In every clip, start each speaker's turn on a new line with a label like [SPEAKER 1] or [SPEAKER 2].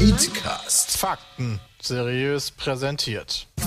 [SPEAKER 1] Eatcast. Fakten seriös präsentiert.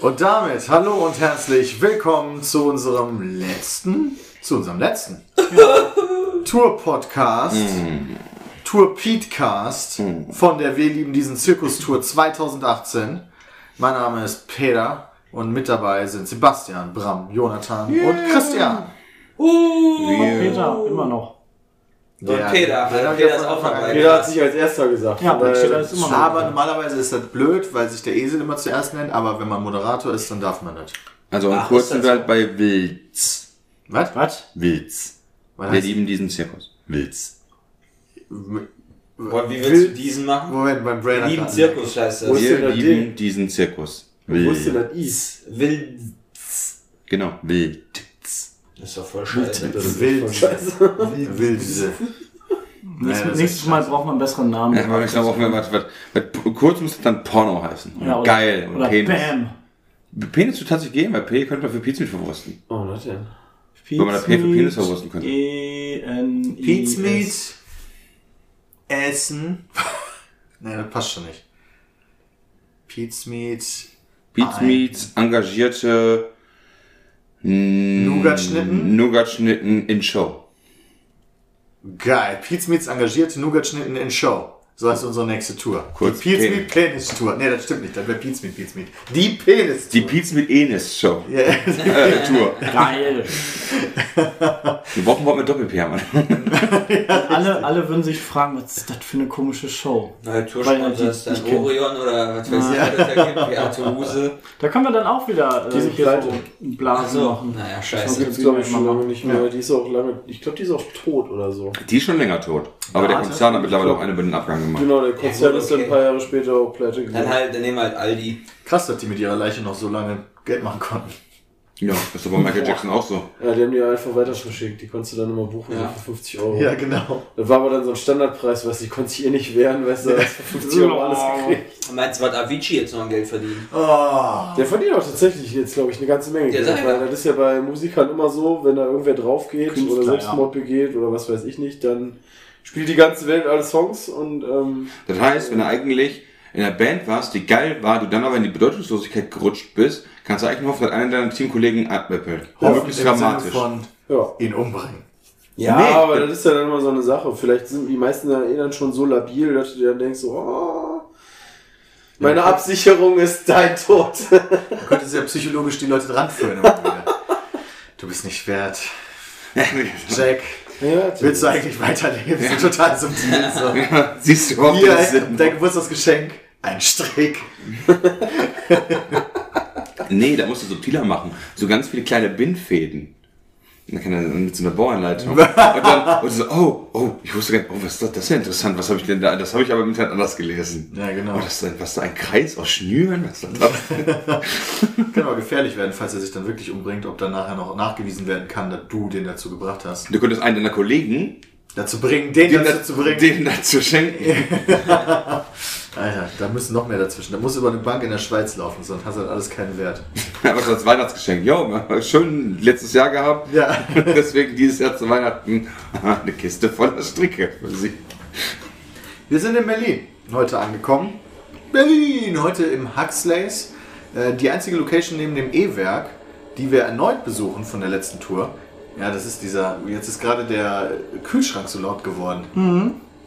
[SPEAKER 2] Und damit hallo und herzlich willkommen zu unserem letzten, zu unserem letzten Tour-Podcast,
[SPEAKER 3] Mhm.
[SPEAKER 2] Tour-Pedcast von der Wir lieben diesen Zirkus-Tour 2018. Mein Name ist Peter und mit dabei sind Sebastian, Bram, Jonathan und Christian.
[SPEAKER 4] Peter, immer noch.
[SPEAKER 2] Der-
[SPEAKER 3] Uh. Peter,
[SPEAKER 2] der-
[SPEAKER 3] Peter ist auch dabei.
[SPEAKER 2] Peter hat sich als erster gesagt.
[SPEAKER 4] Ja,
[SPEAKER 2] Von daher-
[SPEAKER 4] Peter ist immer noch.
[SPEAKER 2] aber normalerweise ist das blöd, weil sich der Esel immer zuerst nennt, aber wenn man Moderator ist, dann darf man das.
[SPEAKER 5] Also in kurzem halt bei Wilz.
[SPEAKER 2] Was?
[SPEAKER 4] Was?
[SPEAKER 5] Wilz.
[SPEAKER 2] Was
[SPEAKER 5] Wir
[SPEAKER 2] heißt-
[SPEAKER 5] lieben diesen Zirkus. Wilz.
[SPEAKER 3] Wollen- Wie willst du diesen machen?
[SPEAKER 2] Moment, mein Brain hat
[SPEAKER 3] Lieben
[SPEAKER 2] gerade-
[SPEAKER 3] Zirkus heißt
[SPEAKER 6] Wo
[SPEAKER 3] das.
[SPEAKER 6] ist denn
[SPEAKER 5] Wir
[SPEAKER 6] das
[SPEAKER 5] lieben diesen Zirkus.
[SPEAKER 6] Wo ist denn
[SPEAKER 5] Wilz.
[SPEAKER 6] das Is?
[SPEAKER 3] Wild.
[SPEAKER 5] Genau, Wilz.
[SPEAKER 3] Das ist doch voll scheiße.
[SPEAKER 6] Das ist
[SPEAKER 2] Wild.
[SPEAKER 6] voll scheiße.
[SPEAKER 2] Wilde.
[SPEAKER 4] Nächstes,
[SPEAKER 2] das ist
[SPEAKER 4] nächstes Mal brauchen wir einen besseren Namen.
[SPEAKER 5] Ja, aber ich glaube auch, was, was, was, kurz muss das dann Porno heißen. Und
[SPEAKER 4] Ja, oder-
[SPEAKER 5] Geil.
[SPEAKER 4] Oder
[SPEAKER 5] und Penis.
[SPEAKER 4] Bam.
[SPEAKER 5] Penis tut tatsächlich gehen, weil P könnte man für Pizza mit verwursten.
[SPEAKER 6] Oh, was denn?
[SPEAKER 5] Wenn man da P für Penis verwursten könnte.
[SPEAKER 4] e n i
[SPEAKER 2] Pizza Meat. Essen. nee, das passt schon nicht. Pizza Meat.
[SPEAKER 5] Beats Meets, engagierte
[SPEAKER 2] Nougat-Schnitten.
[SPEAKER 5] Nougat-Schnitten in Show.
[SPEAKER 2] Geil. Pizza Meats engagierte Nougat-Schnitten in Show. So heißt unsere nächste Tour.
[SPEAKER 5] Kurz
[SPEAKER 2] Die Pizza
[SPEAKER 5] Penis.
[SPEAKER 2] Meat Penis Tour. Nee, das stimmt nicht. Das wäre Pizza Meat, Pizza Meat. Die Penis
[SPEAKER 5] Die
[SPEAKER 2] Tour.
[SPEAKER 5] Pizza mit Enes Show.
[SPEAKER 2] Ja.
[SPEAKER 5] Äh, Tour.
[SPEAKER 4] Geil.
[SPEAKER 5] Wir brauchen Wort mit Doppel-P, Mann.
[SPEAKER 4] alle, alle würden sich fragen, was ist das für eine komische Show?
[SPEAKER 3] Neue
[SPEAKER 4] Weil
[SPEAKER 3] Toursponsor
[SPEAKER 4] die-
[SPEAKER 3] ist dann
[SPEAKER 4] die kennen-
[SPEAKER 3] Orion oder was weiß ich, was da gibt, wie Arthuse.
[SPEAKER 4] Da können wir dann auch wieder äh,
[SPEAKER 6] Diese
[SPEAKER 4] hier
[SPEAKER 6] Pleite.
[SPEAKER 4] so Blasen
[SPEAKER 3] So,
[SPEAKER 4] machen.
[SPEAKER 3] naja,
[SPEAKER 6] Das
[SPEAKER 3] scheiße.
[SPEAKER 6] gibt's, glaube ich, schon lange nicht mehr. Die ist auch lange. Ich glaube, die ist auch tot oder so.
[SPEAKER 5] Die ist schon länger tot. Aber der
[SPEAKER 6] also
[SPEAKER 5] Konzern hat mittlerweile auch eine bei den Abgang gemacht.
[SPEAKER 6] Genau, der Konzern
[SPEAKER 3] gut,
[SPEAKER 6] ist dann
[SPEAKER 3] okay.
[SPEAKER 6] ein paar Jahre später auch pleite
[SPEAKER 3] Dann
[SPEAKER 6] gegangen.
[SPEAKER 3] halt, dann nehmen wir halt Aldi.
[SPEAKER 2] Krass, dass die mit ihrer Leiche noch so lange Geld machen konnten.
[SPEAKER 5] Ja, das ist aber Michael Jackson auch so.
[SPEAKER 6] Ja, die haben die einfach weiter verschickt. Die konntest du dann immer buchen
[SPEAKER 3] Ja.
[SPEAKER 6] so für 50
[SPEAKER 5] Oh.
[SPEAKER 6] Euro.
[SPEAKER 2] Ja, genau.
[SPEAKER 6] Das war aber dann so ein Standardpreis, weißt du, die konnte ich eh nicht wehren, weißt du, hast für 50 Euro alles gekriegt.
[SPEAKER 3] Meinst du, was Avicii jetzt noch an Geld verdient?
[SPEAKER 2] Oh.
[SPEAKER 6] Der verdient auch tatsächlich jetzt, glaube ich, eine ganze Menge
[SPEAKER 3] Ja,
[SPEAKER 6] Geld.
[SPEAKER 3] sag ich
[SPEAKER 6] Weil
[SPEAKER 3] ja.
[SPEAKER 6] das ist ja bei Musikern immer so, wenn da irgendwer drauf geht
[SPEAKER 4] Künstler,
[SPEAKER 6] oder Selbstmord begeht oder was weiß ich nicht, dann spielt die ganze Welt alle Songs und ähm,
[SPEAKER 5] Das heißt, wenn du eigentlich in einer Band warst, die geil war, du dann aber in die Bedeutungslosigkeit gerutscht bist, kannst du eigentlich nur hoffen, dass einer deiner Teamkollegen abwäppelt. Möglichst
[SPEAKER 2] im Sinne
[SPEAKER 5] dramatisch.
[SPEAKER 2] von
[SPEAKER 6] ja.
[SPEAKER 2] ihn umbringen.
[SPEAKER 6] Ja,
[SPEAKER 5] Nee.
[SPEAKER 6] aber das ist ja dann immer so eine Sache. Vielleicht sind die meisten ja eh dann schon so labil, dass du dir dann denkst, so, oh, meine Absicherung ist dein Tod.
[SPEAKER 2] Du könntest ja psychologisch die Leute dranführen. immer wieder. Du bist nicht wert. Jack,
[SPEAKER 6] ja,
[SPEAKER 2] willst du eigentlich weiterleben? Ja. Total zum Ziel. So.
[SPEAKER 5] Siehst du überhaupt
[SPEAKER 2] Hier,
[SPEAKER 5] das Sinn?
[SPEAKER 2] dein Geburtstagsgeschenk, ein Strick.
[SPEAKER 5] Nee, da musst du subtiler machen. So ganz viele kleine Bindfäden. Und dann kann er mit so einer Bauanleitung. Und dann, und so, oh, oh, ich wusste gar nicht, oh, was ist das, das ist ja interessant, was habe ich denn da, das habe ich aber im Internet anders gelesen.
[SPEAKER 2] Ja, genau.
[SPEAKER 5] Oh, das ist ein, was ist da, ein Kreis aus Schnüren, was ist das?
[SPEAKER 2] Kann aber gefährlich werden, falls er sich dann wirklich umbringt, ob dann nachher noch nachgewiesen werden kann, dass du den dazu gebracht hast.
[SPEAKER 5] Du könntest einen deiner Kollegen
[SPEAKER 2] Dazu bringen, den
[SPEAKER 5] dem,
[SPEAKER 2] dazu
[SPEAKER 5] da,
[SPEAKER 2] zu bringen.
[SPEAKER 5] dem dazu schenken.
[SPEAKER 2] Alter, da müssen noch mehr dazwischen. Da muss über eine Bank in der Schweiz laufen, sonst hast du halt alles keinen Wert.
[SPEAKER 5] Aber schon als Weihnachtsgeschenk. Jo, schön letztes Jahr gehabt.
[SPEAKER 2] Ja.
[SPEAKER 5] Deswegen dieses Jahr zu Weihnachten eine Kiste voller Stricke für sie.
[SPEAKER 2] Wir sind in Berlin heute angekommen. Berlin! Heute im Huxleys. Äh, Die einzige Location neben dem E-Werk, die wir erneut besuchen von der letzten Tour. Ja, das ist dieser. Jetzt ist gerade der Kühlschrank so laut geworden.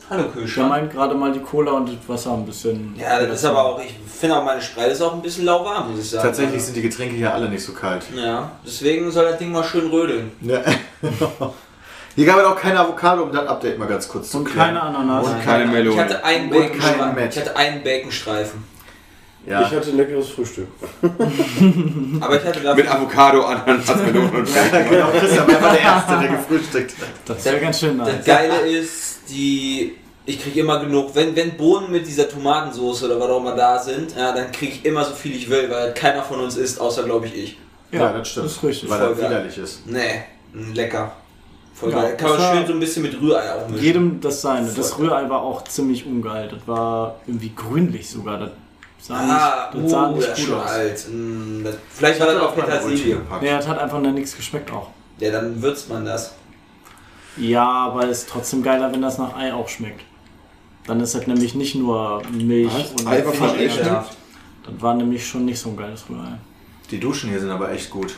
[SPEAKER 3] Hallo
[SPEAKER 4] Da
[SPEAKER 3] Kühlschrank.
[SPEAKER 4] meint gerade mal die Cola und das Wasser ein bisschen.
[SPEAKER 3] Ja, das ist aber auch, ich finde auch meine Sprite ist auch ein bisschen lauwarm, muss ich sagen.
[SPEAKER 2] Tatsächlich sind die Getränke hier alle nicht so kalt.
[SPEAKER 3] Ja, deswegen soll das Ding mal schön rödeln.
[SPEAKER 2] Ja. Hier gab es auch keine Avocado, um das Update mal ganz kurz zu
[SPEAKER 4] Und
[SPEAKER 2] klären.
[SPEAKER 4] keine Ananas.
[SPEAKER 2] Und
[SPEAKER 5] Keine
[SPEAKER 2] keine
[SPEAKER 3] Ich
[SPEAKER 5] Melone.
[SPEAKER 3] hatte einen
[SPEAKER 2] Und kein
[SPEAKER 3] Baconstreifen.
[SPEAKER 2] Match.
[SPEAKER 3] Ich hatte einen Baconstreifen.
[SPEAKER 2] ja.
[SPEAKER 6] Ich hatte ein leckeres Frühstück.
[SPEAKER 3] Aber ich hatte dafür
[SPEAKER 5] Mit Avocado, Ananas, Melone und Bacon.
[SPEAKER 2] Genau, Christian war immer der Erste, der gefrühstückt hat.
[SPEAKER 4] Das ist ja ganz schön
[SPEAKER 3] Das
[SPEAKER 4] nice.
[SPEAKER 3] Geile ist, die. Ich kriege immer genug. Wenn, wenn Bohnen mit dieser Tomatensoße oder was auch immer da sind, ja, dann kriege ich immer so viel ich will, weil keiner von uns isst, außer glaube ich ich.
[SPEAKER 2] Ja, das stimmt.
[SPEAKER 4] ist richtig.
[SPEAKER 2] Weil das
[SPEAKER 3] Voll geil.
[SPEAKER 2] widerlich ist.
[SPEAKER 3] Nee, mh, lecker. Voll
[SPEAKER 4] Ja,
[SPEAKER 3] geil. Kann man
[SPEAKER 4] das war-
[SPEAKER 3] schön so ein bisschen mit Rührei auch mischen.
[SPEAKER 4] Jedem das Seine. Das
[SPEAKER 3] Voll.
[SPEAKER 4] Rührei war auch ziemlich ungeil. Das war irgendwie grünlich sogar. Das sah nicht,
[SPEAKER 3] Ah,
[SPEAKER 4] das sah
[SPEAKER 3] uh,
[SPEAKER 4] nicht
[SPEAKER 3] das ist
[SPEAKER 4] gut
[SPEAKER 3] schon
[SPEAKER 4] aus.
[SPEAKER 3] alt. Mm, das, vielleicht war das auch
[SPEAKER 2] Brötchen
[SPEAKER 3] Petersilie.
[SPEAKER 2] gepackt.
[SPEAKER 4] Ja, das hat einfach nach nichts geschmeckt auch.
[SPEAKER 3] Ja, dann würzt man das.
[SPEAKER 4] Ja, aber ist trotzdem geiler, wenn das nach Ei auch schmeckt. Dann ist das nämlich nicht nur Milch und
[SPEAKER 5] Ei war von
[SPEAKER 4] Ei.
[SPEAKER 5] echt?
[SPEAKER 3] Ja.
[SPEAKER 4] Das war nämlich schon nicht so ein geiles Rührei.
[SPEAKER 2] Die Duschen hier sind aber echt gut.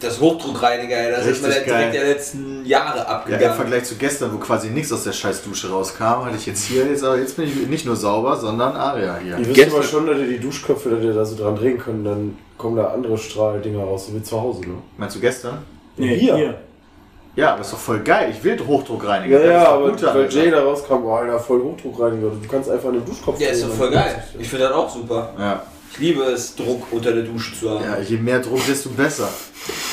[SPEAKER 3] Das Hochdruckreiniger, ey, das ist
[SPEAKER 2] Richtig
[SPEAKER 3] mir direkt
[SPEAKER 2] geil.
[SPEAKER 3] der letzten Jahre
[SPEAKER 2] Ja,
[SPEAKER 3] abgegangen.
[SPEAKER 2] im Vergleich zu gestern, wo quasi nichts aus der Scheißdusche rauskam, hatte ich jetzt hier, jetzt, aber jetzt bin ich nicht nur sauber, sondern Aria
[SPEAKER 6] Ihr
[SPEAKER 2] hier.
[SPEAKER 6] wisst
[SPEAKER 5] Gestern-
[SPEAKER 6] aber schon, dass ihr die Duschköpfe, dass ihr da so dran drehen könnt, dann kommen da andere Strahldinger raus, so wie zu Hause, ne?
[SPEAKER 2] Meinst du gestern?
[SPEAKER 4] Nee,
[SPEAKER 6] Hier.
[SPEAKER 4] hier.
[SPEAKER 2] Ja, aber ist doch voll geil. Ich will Hochdruckreiniger.
[SPEAKER 6] Ja, ja, aber
[SPEAKER 2] guter
[SPEAKER 6] weil Jay da rauskam, oh, Alter, voll Hochdruckreiniger. Du kannst einfach einen Duschkopf
[SPEAKER 3] ja, ist doch
[SPEAKER 6] drehen ne?
[SPEAKER 3] voll
[SPEAKER 6] und-
[SPEAKER 3] geil. Ich finde das auch super.
[SPEAKER 2] ja.
[SPEAKER 3] Ich liebe es, Druck unter der Dusche zu haben.
[SPEAKER 2] ja, je mehr Druck, desto besser.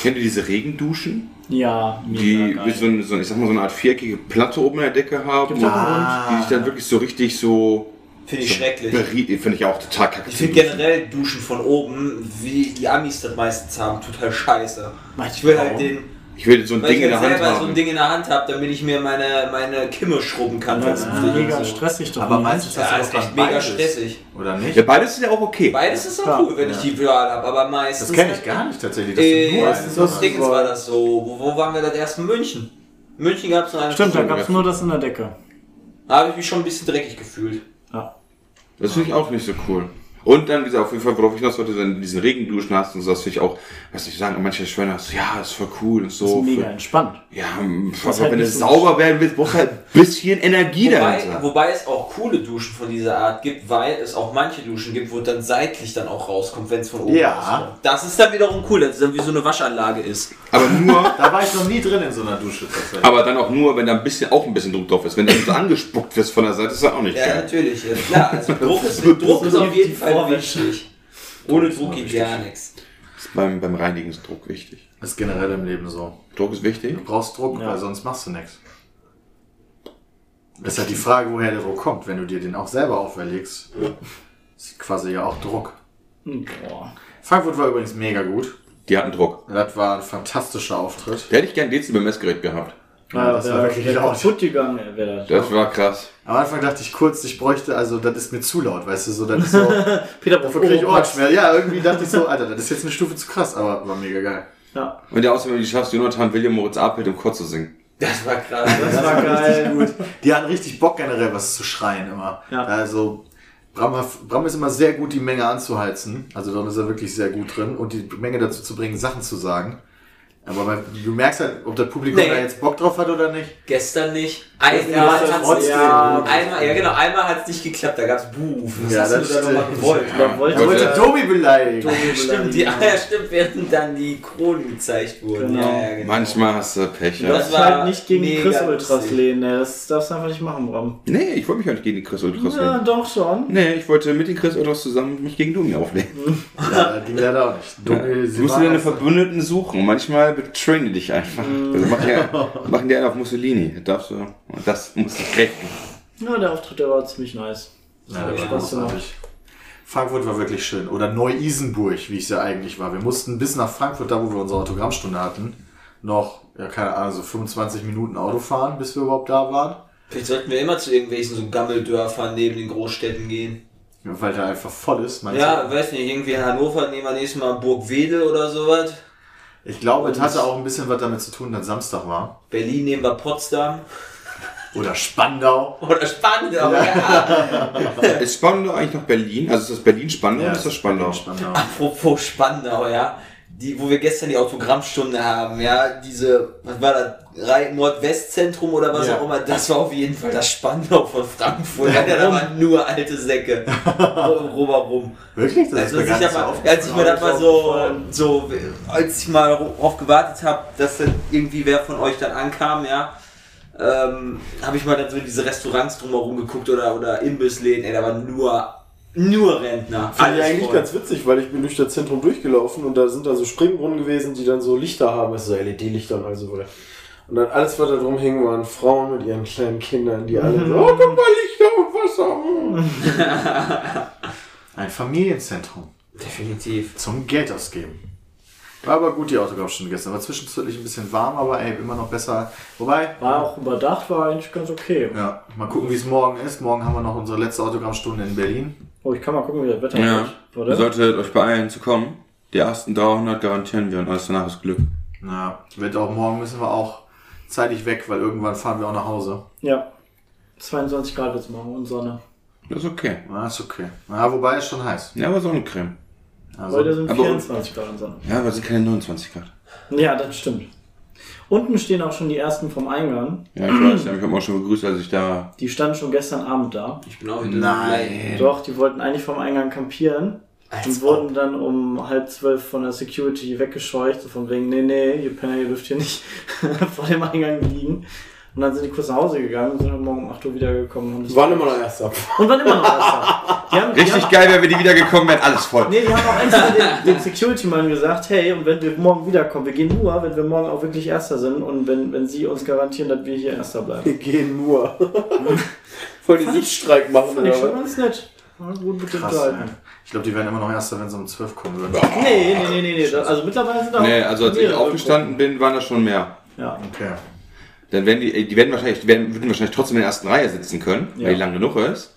[SPEAKER 5] Kennt ihr diese Regenduschen?
[SPEAKER 4] Ja, mega
[SPEAKER 5] Die
[SPEAKER 4] geil.
[SPEAKER 5] so, eine- so, ich sag mal, so eine Art viereckige Platte oben in der Decke haben.
[SPEAKER 4] Gibt's auch
[SPEAKER 5] und die sich dann wirklich so richtig so
[SPEAKER 3] Finde ich schrecklich.
[SPEAKER 5] beriet. Finde ich auch total kacke.
[SPEAKER 3] Ich
[SPEAKER 5] zu
[SPEAKER 3] finde
[SPEAKER 5] duschen.
[SPEAKER 3] generell Duschen von oben, wie die Amis das meistens haben, total scheiße.
[SPEAKER 4] Mach
[SPEAKER 3] Ich will
[SPEAKER 4] auch.
[SPEAKER 3] halt den,
[SPEAKER 5] ich will so ein
[SPEAKER 3] weil
[SPEAKER 5] Ding
[SPEAKER 3] ich
[SPEAKER 5] in
[SPEAKER 3] halt
[SPEAKER 5] der Hand
[SPEAKER 3] selber so ein
[SPEAKER 5] haben.
[SPEAKER 3] Ding in der Hand habe, damit ich mir meine, meine Kimme schrubben kann.
[SPEAKER 4] Das ist
[SPEAKER 3] vernünftig.
[SPEAKER 4] mega stressig doch.
[SPEAKER 2] Aber
[SPEAKER 4] nicht.
[SPEAKER 2] meinst du, das
[SPEAKER 3] Ja,
[SPEAKER 2] ist
[SPEAKER 3] ist
[SPEAKER 2] doch
[SPEAKER 3] echt
[SPEAKER 2] dann
[SPEAKER 3] mega
[SPEAKER 2] beides?
[SPEAKER 3] stressig.
[SPEAKER 2] Oder nicht?
[SPEAKER 5] Ja, beides ist ja auch okay.
[SPEAKER 3] Beides ist
[SPEAKER 4] Ja.
[SPEAKER 3] auch cool, wenn ich die Wahl habe, aber meistens. halt
[SPEAKER 2] Das kenne ich gar nicht tatsächlich. dass du
[SPEAKER 3] Äh,
[SPEAKER 2] nur
[SPEAKER 3] das
[SPEAKER 2] einen
[SPEAKER 3] ist aus
[SPEAKER 2] hast.
[SPEAKER 3] Dings war das so. Wo, wo waren wir das erst? In München. In München gab es noch eine.
[SPEAKER 4] Stimmt, da
[SPEAKER 3] da
[SPEAKER 4] gab es nur das in der Decke.
[SPEAKER 3] habe ich mich schon ein bisschen dreckig gefühlt.
[SPEAKER 4] Ja.
[SPEAKER 5] Das finde ich auch nicht so cool. Und dann, wie gesagt, auf jeden Fall, worauf ich hinaus wollte, wenn du diesen Regenduschen hast und so, das finde ich auch, was ich sagen, manche schwören, so, ja, das ist voll cool und
[SPEAKER 4] Das ist
[SPEAKER 5] so.
[SPEAKER 4] mega entspannt.
[SPEAKER 5] Ja, aber
[SPEAKER 4] halt
[SPEAKER 5] wenn du
[SPEAKER 4] nicht so
[SPEAKER 5] sauber werden willst, brauchst du halt ein bisschen Energie
[SPEAKER 3] Wobei,
[SPEAKER 5] dahinter.
[SPEAKER 3] wobei es auch coole Duschen von dieser Art gibt, weil es auch manche Duschen gibt, wo dann seitlich dann auch rauskommt, wenn es von oben
[SPEAKER 2] Ja.
[SPEAKER 3] rauskommt. Das ist dann wiederum cool, dass es dann wie so eine Waschanlage ist.
[SPEAKER 5] aber nur,
[SPEAKER 2] Da war ich noch nie drin in so einer Dusche tatsächlich.
[SPEAKER 5] aber dann auch nur, wenn da ein bisschen, auch ein bisschen Druck drauf ist. Wenn du so angespuckt wirst von der Seite, ist das auch nicht
[SPEAKER 3] Ja,
[SPEAKER 5] geil.
[SPEAKER 3] natürlich. Ja, klar, also Druck ist, Druck ist auf jeden Fall wichtig. Ohne Druck geht gar nichts.
[SPEAKER 5] Das ist beim, beim Reinigen ist Druck wichtig.
[SPEAKER 2] Das ist generell im Leben so.
[SPEAKER 5] Druck ist wichtig.
[SPEAKER 2] Du brauchst Druck,
[SPEAKER 4] Ja.
[SPEAKER 2] weil sonst machst du nichts. Ist halt die Frage, woher der Druck kommt. Wenn du dir den auch selber auferlegst, ist quasi ja auch Druck.
[SPEAKER 4] Hm, Boah.
[SPEAKER 2] Frankfurt war übrigens mega gut.
[SPEAKER 5] Die hatten Druck.
[SPEAKER 2] Das war ein fantastistascher Auftritt.
[SPEAKER 5] Da hätte ich gern Dezibel beim Messgerät gehabt.
[SPEAKER 2] Ja, das war wirklich laut.
[SPEAKER 4] Äh, kaputt gegangen, wäre das.
[SPEAKER 5] Das war krass.
[SPEAKER 2] Am Anfang dachte ich kurz, ich bräuchte, also das ist mir zu laut, weißt du, so, das ist so, dafür
[SPEAKER 4] Peter
[SPEAKER 2] kriege ich Ohrenschmerzen. Ja, irgendwie dachte ich so, Alter, das ist jetzt eine Stufe zu krass, aber war mega geil.
[SPEAKER 4] Ja,
[SPEAKER 5] Und der Außerdem, die schaffst Jonathan William Moritz Apelt im Chor zu singen.
[SPEAKER 3] Das war krass.
[SPEAKER 2] Das war geil. richtig gut. Die hatten richtig Bock generell, was zu schreien immer.
[SPEAKER 4] Ja.
[SPEAKER 2] Also Bram, hat- Bram ist immer sehr gut, die Menge anzuheizen. Also darum ist er wirklich sehr gut drin und die Menge dazu zu bringen, Sachen zu sagen. Aber man, du merkst halt, ob das Publikum
[SPEAKER 3] Nee.
[SPEAKER 2] da jetzt Bock drauf hat oder nicht.
[SPEAKER 3] Gestern nicht. Einmal
[SPEAKER 2] gestern
[SPEAKER 3] hat es
[SPEAKER 2] trotzdem.
[SPEAKER 3] ja, einmal, ja genau, einmal hat es nicht geklappt, da gab es Buh. Was
[SPEAKER 2] Ja,
[SPEAKER 3] hast
[SPEAKER 2] das
[SPEAKER 3] du da nochmal
[SPEAKER 2] stimmt.
[SPEAKER 3] gewollt?
[SPEAKER 4] man wollte
[SPEAKER 2] Er wollte
[SPEAKER 5] Gott,
[SPEAKER 2] Tobi beleidigen.
[SPEAKER 3] Stimmt, die, ja, stimmt, während dann die Kronen gezeigt wurden.
[SPEAKER 4] Genau.
[SPEAKER 3] Ja, ja, genau.
[SPEAKER 5] Manchmal hast du Pech. Ja.
[SPEAKER 3] Das
[SPEAKER 4] das
[SPEAKER 3] war
[SPEAKER 4] halt nicht gegen die
[SPEAKER 3] mega
[SPEAKER 4] Chris Ultras
[SPEAKER 3] lustig.
[SPEAKER 4] lehnen. ne? Das darfst du einfach nicht machen, Bram.
[SPEAKER 5] Nee, ich wollte mich heute gegen die Chris Ultras
[SPEAKER 4] Ja,
[SPEAKER 5] lehnen.
[SPEAKER 4] doch schon.
[SPEAKER 5] Nee, ich wollte mit den Chris Ultras zusammen mich gegen Dumi
[SPEAKER 4] Mhm.
[SPEAKER 5] auflegen.
[SPEAKER 2] Ja, ging leider auch nicht. Dunkel,
[SPEAKER 5] Du
[SPEAKER 2] sie
[SPEAKER 5] musst
[SPEAKER 2] war-
[SPEAKER 5] dir deine Verbündeten suchen. Manchmal betrainen die dich einfach.
[SPEAKER 4] Mhm.
[SPEAKER 5] Also machen die, machen die einen auf Mussolini. Das darfst du, das musst du rechnen.
[SPEAKER 4] Ja, der Auftritt, der war ziemlich nice.
[SPEAKER 2] Ja,
[SPEAKER 4] Hat
[SPEAKER 2] das war
[SPEAKER 4] Spaß gemacht.
[SPEAKER 2] großartig. Frankfurt war wirklich schön. Oder Neu-Isenburg, wie es ja eigentlich war. Wir mussten bis nach Frankfurt, da wo wir unsere Autogrammstunde hatten, noch, ja, keine Ahnung, so 25 Minuten Auto fahren, bis wir überhaupt da waren.
[SPEAKER 3] Vielleicht sollten wir immer zu irgendwelchen so Gammeldörfern neben den Großstädten gehen.
[SPEAKER 2] Ja, Weil der einfach voll ist. meinst
[SPEAKER 3] Ja,
[SPEAKER 2] du?
[SPEAKER 3] weiß nicht, irgendwie in Hannover nehmen wir nächstes Mal Burgwedel oder sowas.
[SPEAKER 2] Ich glaube, es hatte auch ein bisschen was damit zu tun, dass Samstag war.
[SPEAKER 3] Berlin nehmen wir Potsdam.
[SPEAKER 2] Oder Spandau.
[SPEAKER 3] Oder Spandau. Ja.
[SPEAKER 5] Ist Spandau eigentlich noch Berlin? Also ist das Berlin Spandau oder ist das Spandau?
[SPEAKER 2] Spandau.
[SPEAKER 3] Apropos Spandau, ja. die, wo wir gestern die Autogrammstunde haben, ja, diese, was war das, Rhein- Nordwestzentrum oder was
[SPEAKER 2] Ja.
[SPEAKER 3] auch immer, das war auf jeden Fall das Spandau von Frankfurt. Ja, da waren nur alte Säcke Robert rum.
[SPEAKER 2] Wirklich? Das
[SPEAKER 3] Also
[SPEAKER 2] mir
[SPEAKER 3] als
[SPEAKER 2] gar
[SPEAKER 3] ich,
[SPEAKER 2] nicht so
[SPEAKER 3] mal,
[SPEAKER 2] aufgefallen.
[SPEAKER 3] als ich mir das mal so, so, als ich mal drauf gewartet habe, dass dann irgendwie wer von euch dann ankam, ja, ähm, habe ich mal dann so in diese Restaurants drumherum geguckt oder, oder Imbissläden, ey, da waren nur, nur Rentner.
[SPEAKER 6] Fand ich
[SPEAKER 3] Alles
[SPEAKER 6] eigentlich
[SPEAKER 3] voll.
[SPEAKER 6] ganz witzig, weil ich bin durch das Zentrum durchgelaufen und da sind da so Springbrunnen gewesen, die dann so Lichter haben, also so LED-Lichter und all so weiter. Und dann alles, was da drum hing, waren Frauen mit ihren kleinen Kindern, die
[SPEAKER 3] Mhm.
[SPEAKER 6] alle so, oh, guck mal, Lichter und Wasser.
[SPEAKER 2] Ein Familienzentrum
[SPEAKER 3] Definitiv.
[SPEAKER 2] zum Geld ausgeben. War aber gut, die Autogrammstunde gestern. War zwischenzeitlich ein bisschen warm, aber ey, immer noch besser. Wobei,
[SPEAKER 4] War auch überdacht, war eigentlich ganz okay.
[SPEAKER 2] ja, mal gucken, wie es morgen ist. Morgen haben wir noch unsere letzte Autogrammstunde in Berlin.
[SPEAKER 4] Oh, ich kann mal gucken, wie das Wetter
[SPEAKER 5] Ja.
[SPEAKER 4] wird,
[SPEAKER 5] Ihr
[SPEAKER 4] oder?
[SPEAKER 5] solltet euch beeilen zu kommen. Die ersten 300 garantieren wir und alles danach ist Glück.
[SPEAKER 2] Na, wird auch morgen müssen wir auch zeitig weg, weil irgendwann fahren wir auch nach Hause.
[SPEAKER 4] ja. 22 Grad wird's morgen und Sonne.
[SPEAKER 5] Das ist okay.
[SPEAKER 2] Na, ist okay. Na, wobei ist schon heiß.
[SPEAKER 5] Ja, aber Sonnencreme.
[SPEAKER 4] Heute
[SPEAKER 2] Also,
[SPEAKER 4] sind
[SPEAKER 5] aber-
[SPEAKER 4] 24 Grad und Sonne.
[SPEAKER 5] Ja, aber es sind keine 29 Grad.
[SPEAKER 4] Ja, das stimmt. Unten stehen auch schon die ersten vom Eingang.
[SPEAKER 5] Ja, ich weiß, die haben mich auch schon begrüßt, als ich da
[SPEAKER 4] Die standen schon gestern Abend da.
[SPEAKER 3] Ich bin auch wieder
[SPEAKER 2] nein.
[SPEAKER 4] Doch, die wollten eigentlich vom Eingang kampieren und wurden dann um halb zwölf von der Security weggescheucht, so von wegen, nee, nee, ihr Penner, ihr dürft hier nicht vor dem Eingang liegen. Und dann sind die kurz nach Hause gegangen und sind dann morgen um 8 Uhr wiedergekommen. Und
[SPEAKER 6] Waren immer noch erst ab.
[SPEAKER 4] Und waren immer noch erster. Die haben, die
[SPEAKER 5] Richtig
[SPEAKER 4] haben,
[SPEAKER 5] geil wäre, wenn die wiedergekommen wären, alles voll.
[SPEAKER 4] Nee, die haben auch extra dem, dem Security-Mann gesagt, hey, und wenn wir morgen wiederkommen, wir gehen nur, wenn wir morgen auch wirklich Erster sind und wenn, wenn sie uns garantieren, dass wir hier Erster bleiben.
[SPEAKER 6] Wir gehen nur. Voll den Sitzstreik machen,
[SPEAKER 4] Fand ich schon
[SPEAKER 6] oder was?
[SPEAKER 4] ganz nett. Ja, Gut mit dem
[SPEAKER 2] Krass, ey.
[SPEAKER 4] Verhalten.
[SPEAKER 2] Ich glaube, die werden immer noch Erster, wenn sie um 12 kommen würden.
[SPEAKER 4] Nee, nee, nee, nee, nee. Das, also mittlerweile sind auch.
[SPEAKER 5] Nee, also als ich
[SPEAKER 4] mehrere
[SPEAKER 5] aufgestanden bin, waren das schon mehr.
[SPEAKER 4] Gruppen. Ja.
[SPEAKER 2] Okay.
[SPEAKER 5] Dann werden die, die werden wahrscheinlich, die werden, würden wahrscheinlich trotzdem in der ersten Reihe sitzen können,
[SPEAKER 4] Ja.
[SPEAKER 5] weil die lang genug ist.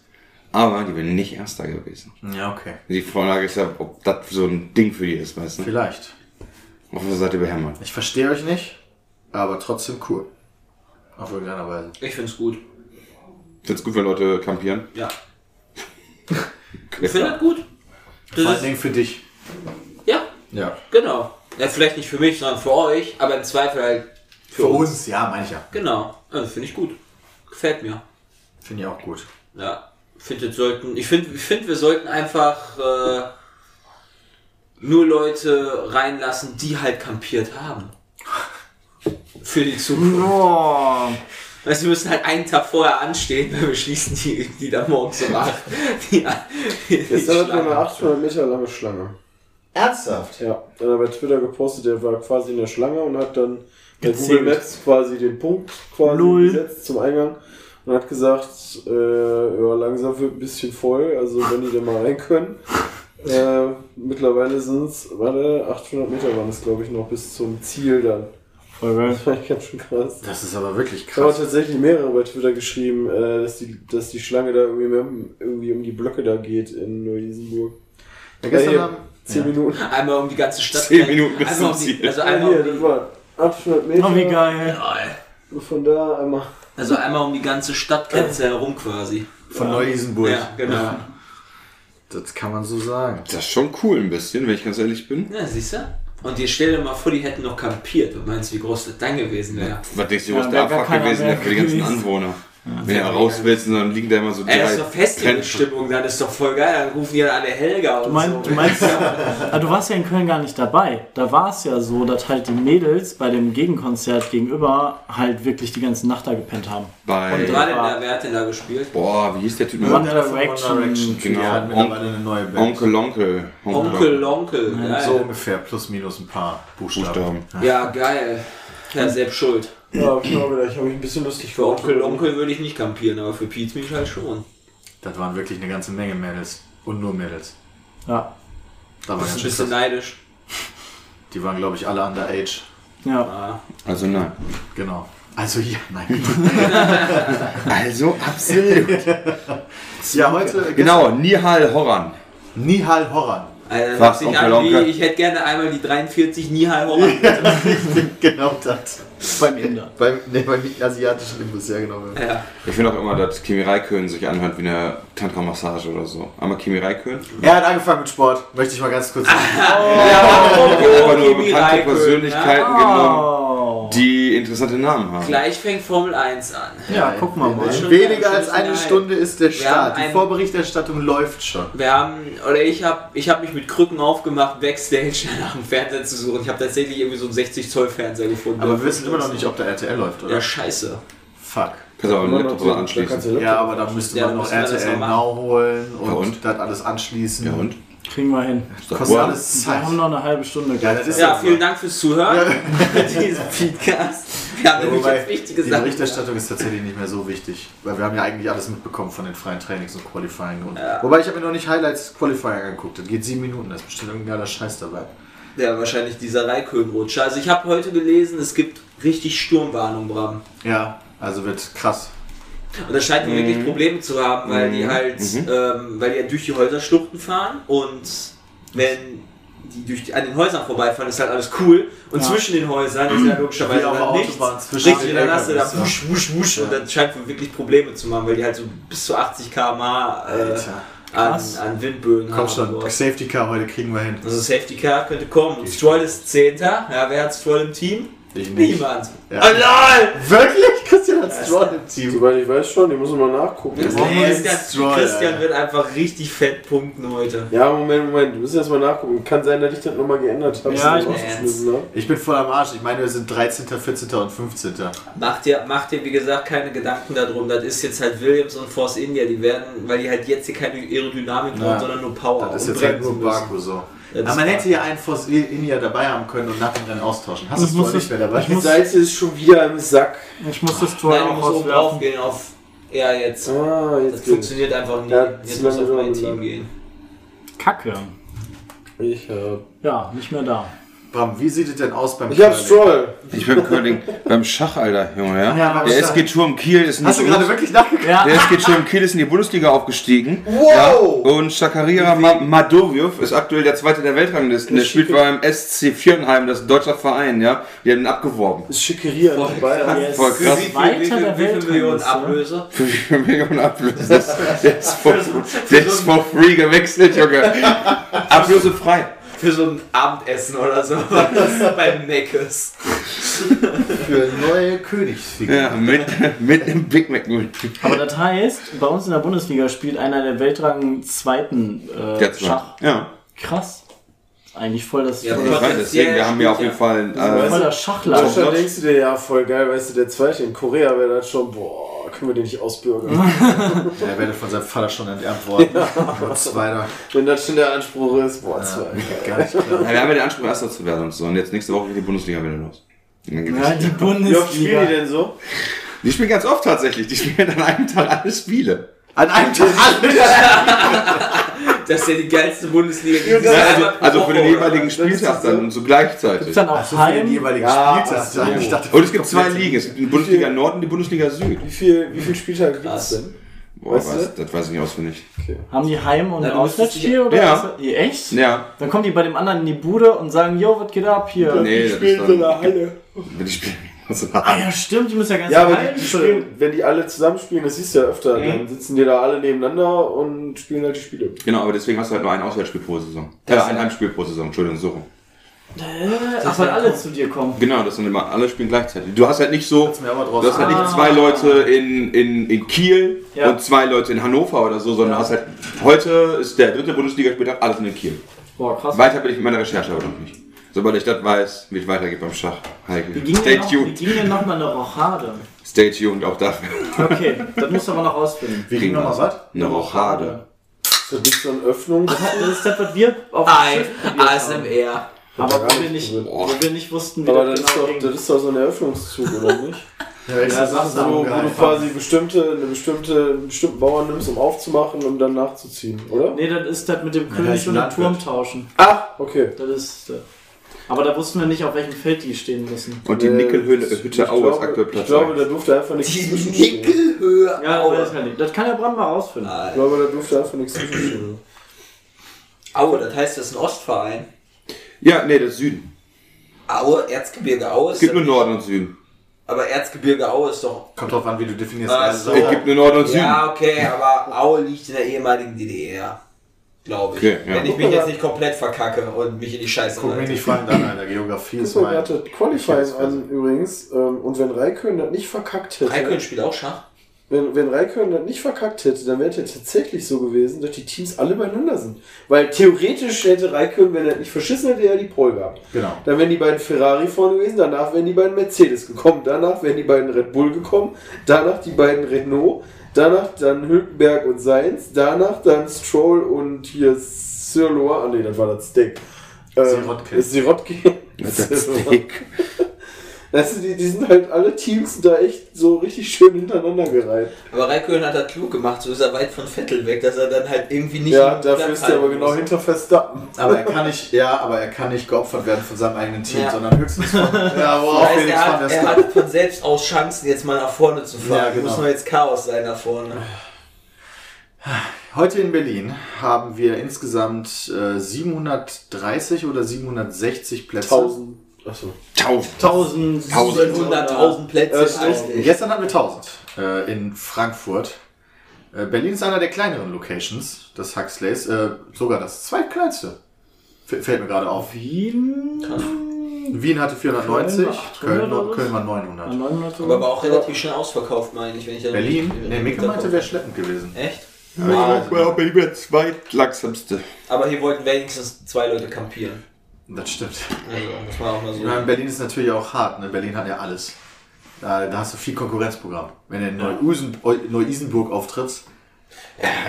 [SPEAKER 5] Aber die wären nicht Erster gewesen.
[SPEAKER 2] Ja, okay.
[SPEAKER 5] Die Vorlage ist ja, ob das so ein Ding für die ist, weißt du?
[SPEAKER 2] Vielleicht.
[SPEAKER 5] Auf der Seite behämmert.
[SPEAKER 2] Ich verstehe euch nicht, aber trotzdem cool. Auf irgendeiner Weise.
[SPEAKER 3] Ich find's gut.
[SPEAKER 5] Ich find's gut, wenn Leute kampieren.
[SPEAKER 3] Ja. Ich finde das gut. Das
[SPEAKER 2] Vor allen
[SPEAKER 3] ist,
[SPEAKER 2] Dingen für dich.
[SPEAKER 3] ja,
[SPEAKER 2] Ja.
[SPEAKER 3] genau. Ja, vielleicht nicht für mich, sondern für euch, aber im Zweifel halt für,
[SPEAKER 2] Für
[SPEAKER 3] uns.
[SPEAKER 2] uns, ja, meine ich ja.
[SPEAKER 3] Genau. Ja, das finde ich gut. Gefällt mir.
[SPEAKER 2] Finde ich auch gut.
[SPEAKER 3] Ja. Find, das sollten, ich finde, ich find, wir sollten einfach äh, nur Leute reinlassen, die halt kampiert haben. Für die Zukunft.
[SPEAKER 4] Boah.
[SPEAKER 3] Weißt du, wir müssen halt einen Tag vorher anstehen, weil wir schließen die, die da morgens um 8. Die, die, die
[SPEAKER 6] Jetzt hat man
[SPEAKER 3] Schlange.
[SPEAKER 6] eine 800 Meter lange Schlange.
[SPEAKER 2] Ernsthaft?
[SPEAKER 6] Ja, dann hat er bei Twitter gepostet, der war quasi in der Schlange und hat dann bei Google
[SPEAKER 4] Gezählt.
[SPEAKER 6] Maps quasi den Punkt quasi
[SPEAKER 4] Null.
[SPEAKER 6] gesetzt zum Eingang und hat gesagt, äh, ja, langsam wird ein bisschen voll, also wenn die da mal rein können. Äh, mittlerweile sind es, warte, 800 Meter waren es, glaube ich, noch bis zum Ziel dann.
[SPEAKER 4] Voll geil.
[SPEAKER 6] Das war ich ganz schön krass.
[SPEAKER 2] Das ist aber wirklich
[SPEAKER 6] Da haben
[SPEAKER 2] krass.
[SPEAKER 6] tatsächlich mehrere bei Twitter geschrieben, äh, dass, die, dass die Schlange da irgendwie, mehr, irgendwie um die Blöcke da geht in Neu-Isenburg.
[SPEAKER 2] Ja,
[SPEAKER 6] Ey,
[SPEAKER 2] gestern haben,
[SPEAKER 6] 10 Minuten.
[SPEAKER 3] Einmal um die ganze Stadt.
[SPEAKER 5] Zehn Minuten bis
[SPEAKER 3] einmal
[SPEAKER 5] zum
[SPEAKER 3] um die,
[SPEAKER 5] Ziel.
[SPEAKER 3] Also
[SPEAKER 6] Ja,
[SPEAKER 3] einmal,
[SPEAKER 6] hier,
[SPEAKER 3] um
[SPEAKER 6] das
[SPEAKER 3] die,
[SPEAKER 6] war 800 Meter.
[SPEAKER 4] Oh, wie geil.
[SPEAKER 6] Von da einmal.
[SPEAKER 3] also einmal um die ganze Stadtgrenze herum quasi.
[SPEAKER 2] von Neu-Isenburg.
[SPEAKER 3] Ja, genau.
[SPEAKER 2] Ja. Das kann man so sagen.
[SPEAKER 5] Das ist schon cool ein bisschen, wenn ich ganz ehrlich bin.
[SPEAKER 3] Ja, siehst du? Und jetzt stell dir mal vor, die hätten noch kampiert. Und meinst du, wie groß das dann gewesen wäre?
[SPEAKER 5] Was denkst du,
[SPEAKER 4] Ja, wär
[SPEAKER 5] was der
[SPEAKER 4] gar
[SPEAKER 5] Abfuck
[SPEAKER 4] keiner
[SPEAKER 5] gewesen
[SPEAKER 4] mehr
[SPEAKER 5] wäre für die ganzen
[SPEAKER 4] gewesen.
[SPEAKER 5] Anwohner? Wenn er raus willst, dann liegen da immer so
[SPEAKER 3] Ey, das ist
[SPEAKER 5] drei
[SPEAKER 3] doch Festivalstimmung, dann ist doch voll geil. Dann rufen die dann alle Helga und
[SPEAKER 4] Du, mein,
[SPEAKER 3] so.
[SPEAKER 4] du meinst, ah, du warst ja in Köln gar nicht dabei. Da war es ja so, dass halt die Mädels bei dem Gegenkonzert gegenüber halt wirklich die ganze Nacht da gepennt haben.
[SPEAKER 3] Wer
[SPEAKER 5] bei.
[SPEAKER 3] hat denn da, wer hat denn da gespielt?
[SPEAKER 5] Boah, wie hieß der Typ
[SPEAKER 4] One
[SPEAKER 5] nochmal?
[SPEAKER 4] Direction.
[SPEAKER 2] Genau. Die
[SPEAKER 5] Genau.
[SPEAKER 2] hat mittlerweile eine neue Band.
[SPEAKER 5] Onkel, Onkel.
[SPEAKER 3] Onkel, Onkel. Geil.
[SPEAKER 2] So ungefähr, plus minus ein paar Buchstaben.
[SPEAKER 5] Buchstaben.
[SPEAKER 3] Ja, geil. Ja, selbst schuld.
[SPEAKER 6] Ja, hab ich auch gedacht, ich habe mich ein bisschen lustig
[SPEAKER 3] Für Onkel,
[SPEAKER 6] gemacht.
[SPEAKER 3] Onkel würde ich nicht kampieren, aber für Pete mich halt schon.
[SPEAKER 2] Das waren wirklich eine ganze Menge Mädels. Und nur Mädels.
[SPEAKER 4] Ja.
[SPEAKER 2] Da war
[SPEAKER 3] Bist ein
[SPEAKER 2] ganz schön
[SPEAKER 3] bisschen
[SPEAKER 2] krass.
[SPEAKER 3] neidisch.
[SPEAKER 2] Die waren, glaube ich, alle underage.
[SPEAKER 4] Ja.
[SPEAKER 3] Ah.
[SPEAKER 5] Also nein.
[SPEAKER 2] Genau. Also hier, nein.
[SPEAKER 5] Also absolut.
[SPEAKER 2] ja, heute, um
[SPEAKER 5] genau, Nihal Horan.
[SPEAKER 2] Nihal Horan.
[SPEAKER 3] Alter, Also, das hört
[SPEAKER 5] Was,
[SPEAKER 3] sich
[SPEAKER 5] Onkel,
[SPEAKER 3] an wie,
[SPEAKER 5] Onkel?
[SPEAKER 3] ich hätte gerne einmal die 43 Nihal
[SPEAKER 2] genau das.
[SPEAKER 4] Beim Inder.
[SPEAKER 2] Beim, nee, beim asiatischen Imbus, ja genau.
[SPEAKER 3] Ja,
[SPEAKER 5] Ich finde auch immer, dass Kimi Raikön sich anhört wie eine Tantra-Massage oder so. Einmal Kimi Raikön.
[SPEAKER 2] Er hat angefangen mit Sport, möchte ich mal ganz kurz sagen.
[SPEAKER 5] Ja, einfach nur
[SPEAKER 3] Oh, Kimi
[SPEAKER 5] bekannte
[SPEAKER 3] Räikkönen,
[SPEAKER 5] Persönlichkeiten genommen,
[SPEAKER 4] Oh.
[SPEAKER 5] die interessante Namen haben.
[SPEAKER 3] Gleich fängt Formel 1 an.
[SPEAKER 4] Ja, guck mal mal.
[SPEAKER 3] schon
[SPEAKER 2] Weniger
[SPEAKER 3] schon
[SPEAKER 2] als
[SPEAKER 3] schon
[SPEAKER 2] eine
[SPEAKER 3] geil.
[SPEAKER 2] Stunde ist der
[SPEAKER 3] haben
[SPEAKER 2] Start. Die
[SPEAKER 3] einen-
[SPEAKER 2] Vorberichterstattung läuft schon.
[SPEAKER 3] Wir haben, oder ich habe ich hab mich mit Krücken aufgemacht, Backstage nach dem Fernseher zu suchen. Ich habe tatsächlich irgendwie so einen 60 Zoll Fernseher gefunden.
[SPEAKER 2] Aber wir wissen immer noch nicht, ob der RTL läuft, oder?
[SPEAKER 3] Ja, scheiße.
[SPEAKER 2] Fuck.
[SPEAKER 5] Kannst du aber
[SPEAKER 6] Immer
[SPEAKER 5] einen
[SPEAKER 6] noch
[SPEAKER 5] Laptop
[SPEAKER 6] so,
[SPEAKER 5] dran
[SPEAKER 6] da kannst du
[SPEAKER 5] anschließen.
[SPEAKER 6] Laptop-
[SPEAKER 2] Ja, aber da müsste
[SPEAKER 3] Ja,
[SPEAKER 2] man noch
[SPEAKER 3] müssen wir das
[SPEAKER 2] RTL
[SPEAKER 3] noch machen.
[SPEAKER 2] Now holen und,
[SPEAKER 5] Ja, und?
[SPEAKER 2] das alles anschließen.
[SPEAKER 5] Ja und?
[SPEAKER 4] Kriegen wir hin.
[SPEAKER 2] Kostet
[SPEAKER 5] Wow.
[SPEAKER 2] alles
[SPEAKER 4] Wir
[SPEAKER 2] Zeit.
[SPEAKER 4] haben noch eine halbe Stunde.
[SPEAKER 2] Ja, das ist
[SPEAKER 3] Ja,
[SPEAKER 2] das
[SPEAKER 3] vielen
[SPEAKER 2] mal.
[SPEAKER 3] Dank fürs Zuhören für diesen Podcast. Wir haben nämlich
[SPEAKER 2] Wobei,
[SPEAKER 3] jetzt
[SPEAKER 2] die
[SPEAKER 3] wichtige Sachen.
[SPEAKER 2] Berichterstattung ist tatsächlich nicht mehr so wichtig, weil wir haben ja eigentlich alles mitbekommen von den freien Trainings und Qualifying. Und Wobei ich habe mir noch nicht Highlights Qualifying angeguckt. Das geht sieben Minuten, da ist bestimmt irgendein geiler Scheiß dabei.
[SPEAKER 3] Ja, wahrscheinlich dieser Raikönenrutscher. Also ich habe heute gelesen, es gibt richtig Sturmwarnung, Bram.
[SPEAKER 2] Ja, also wird krass.
[SPEAKER 3] Und das scheint
[SPEAKER 2] Mhm.
[SPEAKER 3] wirklich Probleme zu haben, weil die halt, ähm, weil die ja durch die Häuserschluchten fahren und wenn die durch die, an den Häusern vorbeifahren, ist halt alles cool. Und
[SPEAKER 4] Ja.
[SPEAKER 3] zwischen den Häusern ist ja
[SPEAKER 2] Wie
[SPEAKER 3] logischerweise
[SPEAKER 2] auf
[SPEAKER 3] dann
[SPEAKER 2] der
[SPEAKER 3] nichts.
[SPEAKER 2] Mhm. Autobahn zwischen
[SPEAKER 3] Richtig,
[SPEAKER 2] den
[SPEAKER 3] dann hast du da
[SPEAKER 2] LKWs, ja.
[SPEAKER 3] wusch, wusch, wusch und
[SPEAKER 2] Ja.
[SPEAKER 3] das scheint wohl wirklich Probleme zu machen, weil die halt so bis zu 80 km/h
[SPEAKER 2] Alter.
[SPEAKER 3] äh, an, an Windböen
[SPEAKER 2] Komm
[SPEAKER 3] haben.
[SPEAKER 2] schon,
[SPEAKER 3] dort.
[SPEAKER 2] Safety Car heute kriegen wir hin.
[SPEAKER 3] Also Safety Car könnte kommen. Und Stroll ist Zehnter. Ja, wer hat Stroll im Team?
[SPEAKER 2] Ich nicht.
[SPEAKER 3] Niemand.
[SPEAKER 2] Ja.
[SPEAKER 3] Oh, lol!
[SPEAKER 2] Wirklich? Christian hat Stroll im Team.
[SPEAKER 6] Soweit ich weiß schon, die muss man mal nachgucken.
[SPEAKER 2] brauchen wir jetzt
[SPEAKER 3] Christian,
[SPEAKER 2] Stroll,
[SPEAKER 3] Christian
[SPEAKER 2] Alter.
[SPEAKER 3] wird einfach richtig fett punkten heute.
[SPEAKER 6] Ja, Moment, Moment, du musst erst mal nachgucken. Kann sein, dass ich das nochmal geändert habe.
[SPEAKER 4] Ja,
[SPEAKER 6] dass
[SPEAKER 4] ich-
[SPEAKER 6] rausgeschmissen ne? habe.
[SPEAKER 2] Ich bin voll am Arsch. Ich meine, wir sind 13., 14. und 15.
[SPEAKER 3] Macht dir, macht dir, wie gesagt, keine Gedanken darum. Das ist jetzt halt Williams und Force India. Die werden, weil die halt jetzt hier keine Aerodynamik
[SPEAKER 2] Ja.
[SPEAKER 3] haben, sondern Oh, nur Power.
[SPEAKER 2] Das ist
[SPEAKER 3] und
[SPEAKER 2] jetzt halt
[SPEAKER 3] bremsen
[SPEAKER 2] nur
[SPEAKER 3] müssen.
[SPEAKER 2] Baku so.
[SPEAKER 3] Ja, das
[SPEAKER 2] Aber man
[SPEAKER 3] ist
[SPEAKER 2] hätte ja einen Force India dabei haben können und nach dem Rennen austauschen. Hast du
[SPEAKER 4] Ich muss
[SPEAKER 2] Stroll nicht
[SPEAKER 4] das-
[SPEAKER 2] mehr dabei?
[SPEAKER 4] ich muss-
[SPEAKER 6] Seite ist schon wieder im Sack.
[SPEAKER 4] Ich muss das Tor
[SPEAKER 3] Nein, du
[SPEAKER 4] auch
[SPEAKER 3] musst oben drauf
[SPEAKER 4] rauswerfen.
[SPEAKER 3] gehen auf. Ja, jetzt.
[SPEAKER 6] Ah,
[SPEAKER 3] Das
[SPEAKER 6] jetzt geht's.
[SPEAKER 3] funktioniert einfach nicht.
[SPEAKER 6] Ja,
[SPEAKER 3] Jetzt
[SPEAKER 6] das
[SPEAKER 3] muss auf
[SPEAKER 6] landet
[SPEAKER 3] mein
[SPEAKER 6] unten
[SPEAKER 3] Team
[SPEAKER 6] dann.
[SPEAKER 3] gehen.
[SPEAKER 4] Kacke.
[SPEAKER 6] Ich hab.
[SPEAKER 4] Ja, nicht mehr da.
[SPEAKER 2] Bram, wie sieht es denn aus beim
[SPEAKER 6] Ich hab
[SPEAKER 2] Curling?
[SPEAKER 6] Stroll.
[SPEAKER 5] Ich bin Curling beim Schach, Alter, Junge, ja?
[SPEAKER 2] Ja, beim
[SPEAKER 5] der
[SPEAKER 2] Schach.
[SPEAKER 5] SG Turm Kiel ist in
[SPEAKER 2] Hast du
[SPEAKER 5] die
[SPEAKER 2] gerade
[SPEAKER 5] Bundes-
[SPEAKER 2] wirklich nachgeguckt?
[SPEAKER 4] Ja,
[SPEAKER 5] Der SG Turm Kiel ist in die Bundesliga aufgestiegen. Wow! Ja? Und Shakaria Ma Madoviev ist aktuell der zweite der Weltranglisten. Der spielt beim SC Viertenheim, das ist ein deutscher Verein, ja? Die haben ihn abgeworben.
[SPEAKER 6] Das Schickeria an die Bayern.
[SPEAKER 4] Yes.
[SPEAKER 5] Voll krass.
[SPEAKER 3] Wie
[SPEAKER 4] Weiter
[SPEAKER 3] viel, wie viel,
[SPEAKER 4] der
[SPEAKER 3] wie viel Millionen
[SPEAKER 4] Weltrangliste.
[SPEAKER 3] Ablöse?
[SPEAKER 5] Für wie viel Millionen Ablöse. Das- Der ist for, der ist for free gewechselt, Junge. Ablösefrei.
[SPEAKER 3] Für so ein Abendessen oder so. Bei Meckes.
[SPEAKER 2] Für neue Königsfigur.
[SPEAKER 5] Ja, mit, mit einem Big Mac.
[SPEAKER 4] aber das heißt, bei uns in der Bundesliga spielt einer der Weltrang zweiten äh,
[SPEAKER 5] Der zweite.
[SPEAKER 4] Schach.
[SPEAKER 5] Ja.
[SPEAKER 4] Krass. Eigentlich voll das,
[SPEAKER 3] Ja,
[SPEAKER 4] voll
[SPEAKER 5] Ich
[SPEAKER 4] das,
[SPEAKER 5] weiß, deswegen, wir haben ja auf jeden Fall
[SPEAKER 4] voll
[SPEAKER 5] äh,
[SPEAKER 4] das
[SPEAKER 6] Deutschland
[SPEAKER 4] Schachladen.
[SPEAKER 6] denkst du dir, ja, voll geil, weißt du, der zweite in Korea wäre dann schon, boah, können wir den nicht ausbürgern.
[SPEAKER 2] Der werde von seinem Vater schon enterbt worden. Und zweiter.
[SPEAKER 6] Wenn das schon der Anspruch ist, boah, zwei.
[SPEAKER 2] Gar nicht klar.
[SPEAKER 5] Ja, wir haben ja den Anspruch, Erster zu werden und so. Und jetzt nächste Woche geht die Bundesliga wieder los. Und dann geht
[SPEAKER 4] Ja,
[SPEAKER 5] das.
[SPEAKER 4] die
[SPEAKER 6] Wie oft spielen die
[SPEAKER 4] Bundesliga.
[SPEAKER 6] denn so?
[SPEAKER 5] Die spielen ganz oft tatsächlich. Die spielen an einem Tag alle Spiele.
[SPEAKER 2] An einem Tag alle.
[SPEAKER 3] Das ist ja die geilste Bundesliga. Die
[SPEAKER 5] Ja,
[SPEAKER 3] es
[SPEAKER 5] also,
[SPEAKER 3] einmal pro
[SPEAKER 5] also für den
[SPEAKER 3] Woche,
[SPEAKER 5] jeweiligen
[SPEAKER 3] oder?
[SPEAKER 5] Spieltag dann und so gleichzeitig.
[SPEAKER 4] Ist dann
[SPEAKER 2] Ach
[SPEAKER 4] auch
[SPEAKER 2] so, für den
[SPEAKER 4] Heim.
[SPEAKER 2] jeweiligen
[SPEAKER 6] Ja,
[SPEAKER 2] Spieltag.
[SPEAKER 6] ach so.
[SPEAKER 2] Ich dachte,
[SPEAKER 5] Und es gibt zwei Ligen. Es gibt die Bundesliga Nord und die Bundesliga Süd.
[SPEAKER 6] Wie viel, wie viel Spieltage gibt es
[SPEAKER 3] Krass.
[SPEAKER 6] denn?
[SPEAKER 5] Boah,
[SPEAKER 6] Weißt
[SPEAKER 5] was,
[SPEAKER 6] du?
[SPEAKER 5] das weiß ich nicht auswendig.
[SPEAKER 4] Haben die Heim- und
[SPEAKER 3] Na, du musst
[SPEAKER 4] Auswärtsspiel? Oder
[SPEAKER 5] Ja.
[SPEAKER 4] ist das- Ihr echt?
[SPEAKER 5] Ja.
[SPEAKER 4] Dann kommen die bei dem anderen in die Bude und sagen, yo, was geht ab hier?
[SPEAKER 5] Nee, das ist dann, wenn die spielen. Also,
[SPEAKER 4] Ah ja, stimmt, die müssen ja ganz
[SPEAKER 6] Ja, aber
[SPEAKER 4] Hallen
[SPEAKER 6] die, die spielen, Mhm. wenn die alle zusammenspielen, das siehst du ja öfter, dann sitzen die da alle nebeneinander und spielen halt die Spiele.
[SPEAKER 5] Genau, aber deswegen hast du halt nur ein Auswärtsspiel pro Saison. Äh, ein Heimspiel pro Saison, Entschuldigung, so rum.
[SPEAKER 4] Ach, weil alle zu dir kommen.
[SPEAKER 5] Genau, das sind immer alle spielen gleichzeitig. Du hast halt nicht so,
[SPEAKER 2] mir aber draus
[SPEAKER 5] du hast halt nicht zwei Leute in, in, in Kiel
[SPEAKER 4] Ja.
[SPEAKER 5] und zwei Leute in Hannover oder so, sondern hast halt, heute ist der dritte Bundesligaspieltag, alles in Kiel.
[SPEAKER 4] Boah, krass.
[SPEAKER 5] Weiter bin ich mit meiner Recherche aber noch nicht. Sobald ich das weiß, wie es weitergeht beim Schach. Heike.
[SPEAKER 4] Wie ging
[SPEAKER 5] Stay
[SPEAKER 4] denn noch, wie
[SPEAKER 5] tuned.
[SPEAKER 4] ging denn noch mal eine Rochade?
[SPEAKER 5] Stay tuned auch dafür.
[SPEAKER 4] Okay, das musst du aber noch rausfinden.
[SPEAKER 2] Wir kriegen nochmal was?
[SPEAKER 5] Eine Rochade.
[SPEAKER 6] Ist das nicht so eine Öffnung?
[SPEAKER 4] Das ist das, was wir auf dem
[SPEAKER 3] Nein,
[SPEAKER 4] Schiff probiert haben.
[SPEAKER 3] ASMR.
[SPEAKER 4] Aber
[SPEAKER 6] gar
[SPEAKER 4] wo wir,
[SPEAKER 6] nicht
[SPEAKER 4] nicht,
[SPEAKER 6] probiert.
[SPEAKER 4] wo wir nicht wussten, wie
[SPEAKER 6] Aber
[SPEAKER 4] das
[SPEAKER 6] das ist,
[SPEAKER 4] genau
[SPEAKER 6] doch, das
[SPEAKER 4] ging.
[SPEAKER 6] ist doch so ein Eröffnungszug, oder nicht?
[SPEAKER 2] Ja, ich
[SPEAKER 4] das
[SPEAKER 2] sag's
[SPEAKER 4] ist so,
[SPEAKER 6] Wo, wo
[SPEAKER 2] dir.
[SPEAKER 6] du quasi bestimmte, eine bestimmte, einen bestimmten Bauern nimmst, um aufzumachen, um dann nachzuziehen, oder?
[SPEAKER 4] Nee, das ist das mit dem
[SPEAKER 2] das ist
[SPEAKER 4] König und dem
[SPEAKER 2] Landwirt.
[SPEAKER 4] Turm tauschen.
[SPEAKER 6] Ah, okay.
[SPEAKER 4] Das ist. äh, Aber da wussten wir nicht, auf welchem Feld die stehen müssen.
[SPEAKER 5] Und die
[SPEAKER 6] Äh,
[SPEAKER 5] Nickelhütte
[SPEAKER 6] ich
[SPEAKER 5] Hütte Aue ist
[SPEAKER 6] glaube-
[SPEAKER 5] aktuell Platz
[SPEAKER 6] Ich glaube,
[SPEAKER 5] 2.
[SPEAKER 6] da durfte einfach nichts zwischenstehen. Ich
[SPEAKER 3] Nickelhöhe.
[SPEAKER 4] Ja, das weiß
[SPEAKER 3] Aue.
[SPEAKER 4] man nicht. Das kann der Bram mal rausfinden.
[SPEAKER 6] glaube, da durfte einfach nichts zwischenstehen.
[SPEAKER 3] Aue, das heißt, das ist ein Ostverein.
[SPEAKER 5] Ja, nee, das ist Süden.
[SPEAKER 3] Aue, Erzgebirge Aue.
[SPEAKER 5] Es gibt nur Norden und Süden.
[SPEAKER 3] aber Erzgebirge Aue ist doch.
[SPEAKER 2] Kommt drauf an, wie du definierst.
[SPEAKER 3] Ach
[SPEAKER 2] Also,
[SPEAKER 3] so.
[SPEAKER 5] Es gibt nur Norden und Süden.
[SPEAKER 3] Ja, okay, aber Aue liegt in der ehemaligen DDR. Glaube ich.
[SPEAKER 5] Okay, ja.
[SPEAKER 3] Wenn ich mich jetzt nicht komplett verkacke und mich in die Scheiße
[SPEAKER 2] Guck mich
[SPEAKER 3] leite.
[SPEAKER 2] nicht fragen an, Alter. Geografie ist
[SPEAKER 6] Guck mal,
[SPEAKER 2] mein.
[SPEAKER 6] er hatte Qualifying an übrigens. Ähm, und wenn Raikön das nicht verkackt hätte,
[SPEAKER 3] Raikön spielt auch Schach.
[SPEAKER 6] wenn, wenn Raikön das nicht verkackt hätte, dann wäre es ja tatsächlich so gewesen, dass die Teams alle beieinander sind. Weil theoretisch hätte Raikön, wenn er nicht verschissen hätte, ja die Pole gehabt.
[SPEAKER 2] Genau.
[SPEAKER 6] Dann wären die beiden Ferrari vorne gewesen, danach wären die beiden Mercedes gekommen, danach wären die beiden Red Bull gekommen, danach die beiden Renault, danach dann Hülkenberg und Sainz, danach dann Stroll und hier Sirloa. Ah nee, das war das Steak. Ähm,
[SPEAKER 2] Sirotkin.
[SPEAKER 6] Sirotkin. Weißt du, die, die sind halt alle Teams da echt so richtig schön hintereinander gereiht.
[SPEAKER 3] Aber Raikön hat das klug gemacht, so ist er weit von Vettel weg, dass er dann halt irgendwie nicht.
[SPEAKER 6] ja,
[SPEAKER 3] im
[SPEAKER 6] dafür
[SPEAKER 3] Platz
[SPEAKER 6] ist der aber
[SPEAKER 3] halten
[SPEAKER 6] genau
[SPEAKER 3] muss.
[SPEAKER 6] hinter Verstappen.
[SPEAKER 2] Aber er kann nicht, ja, aber er kann nicht geopfert werden von seinem eigenen Team,
[SPEAKER 3] Ja.
[SPEAKER 2] sondern höchstens von, ja,
[SPEAKER 3] Das
[SPEAKER 2] worauf
[SPEAKER 3] heißt,
[SPEAKER 2] wenigstens
[SPEAKER 3] er,
[SPEAKER 2] von
[SPEAKER 3] hat, er
[SPEAKER 2] der
[SPEAKER 3] hat von selbst aus Chancen, jetzt mal nach vorne zu fahren.
[SPEAKER 2] Ja, genau.
[SPEAKER 3] Muss man jetzt Chaos sein nach vorne.
[SPEAKER 2] Heute in Berlin haben wir insgesamt äh, 730 oder 760 Plätze.
[SPEAKER 6] 1000. Achso.
[SPEAKER 4] 1000,
[SPEAKER 3] 100.000 Plätze.
[SPEAKER 6] Das ist
[SPEAKER 3] im Eis.
[SPEAKER 6] richtig.
[SPEAKER 2] Gestern hatten wir 1000 äh, in Frankfurt. Äh, Berlin ist einer der kleineren Locations des Huxleys, äh, sogar das zweitkleinste. F fällt mir gerade auf.
[SPEAKER 4] Wien?
[SPEAKER 2] Wien hatte 490, Köln,
[SPEAKER 4] Köln war 800 oder
[SPEAKER 2] Köln,
[SPEAKER 4] was?
[SPEAKER 2] war 900.
[SPEAKER 4] 900
[SPEAKER 3] Aber war auch relativ schnell ausverkauft, meine ich. Wenn ich da
[SPEAKER 2] Berlin,
[SPEAKER 3] im
[SPEAKER 2] nee, Micke
[SPEAKER 3] Hinterkopf
[SPEAKER 2] meinte, wäre
[SPEAKER 3] hab.
[SPEAKER 2] schleppend gewesen.
[SPEAKER 3] Echt?
[SPEAKER 2] Aber ich weiß nicht.
[SPEAKER 5] ich bin zweitlangsamste.
[SPEAKER 3] Aber hier wollten wenigstens zwei Leute kampieren.
[SPEAKER 2] Das stimmt.
[SPEAKER 3] Also, muss man auch mal
[SPEAKER 2] Ich meine,
[SPEAKER 3] so.
[SPEAKER 2] Berlin ist natürlich auch hart. Ne? Berlin hat ja alles. Da, da hast du viel Konkurrenzprogramm. Wenn du in Neu-Usen- Neu-Isenburg auftrittst,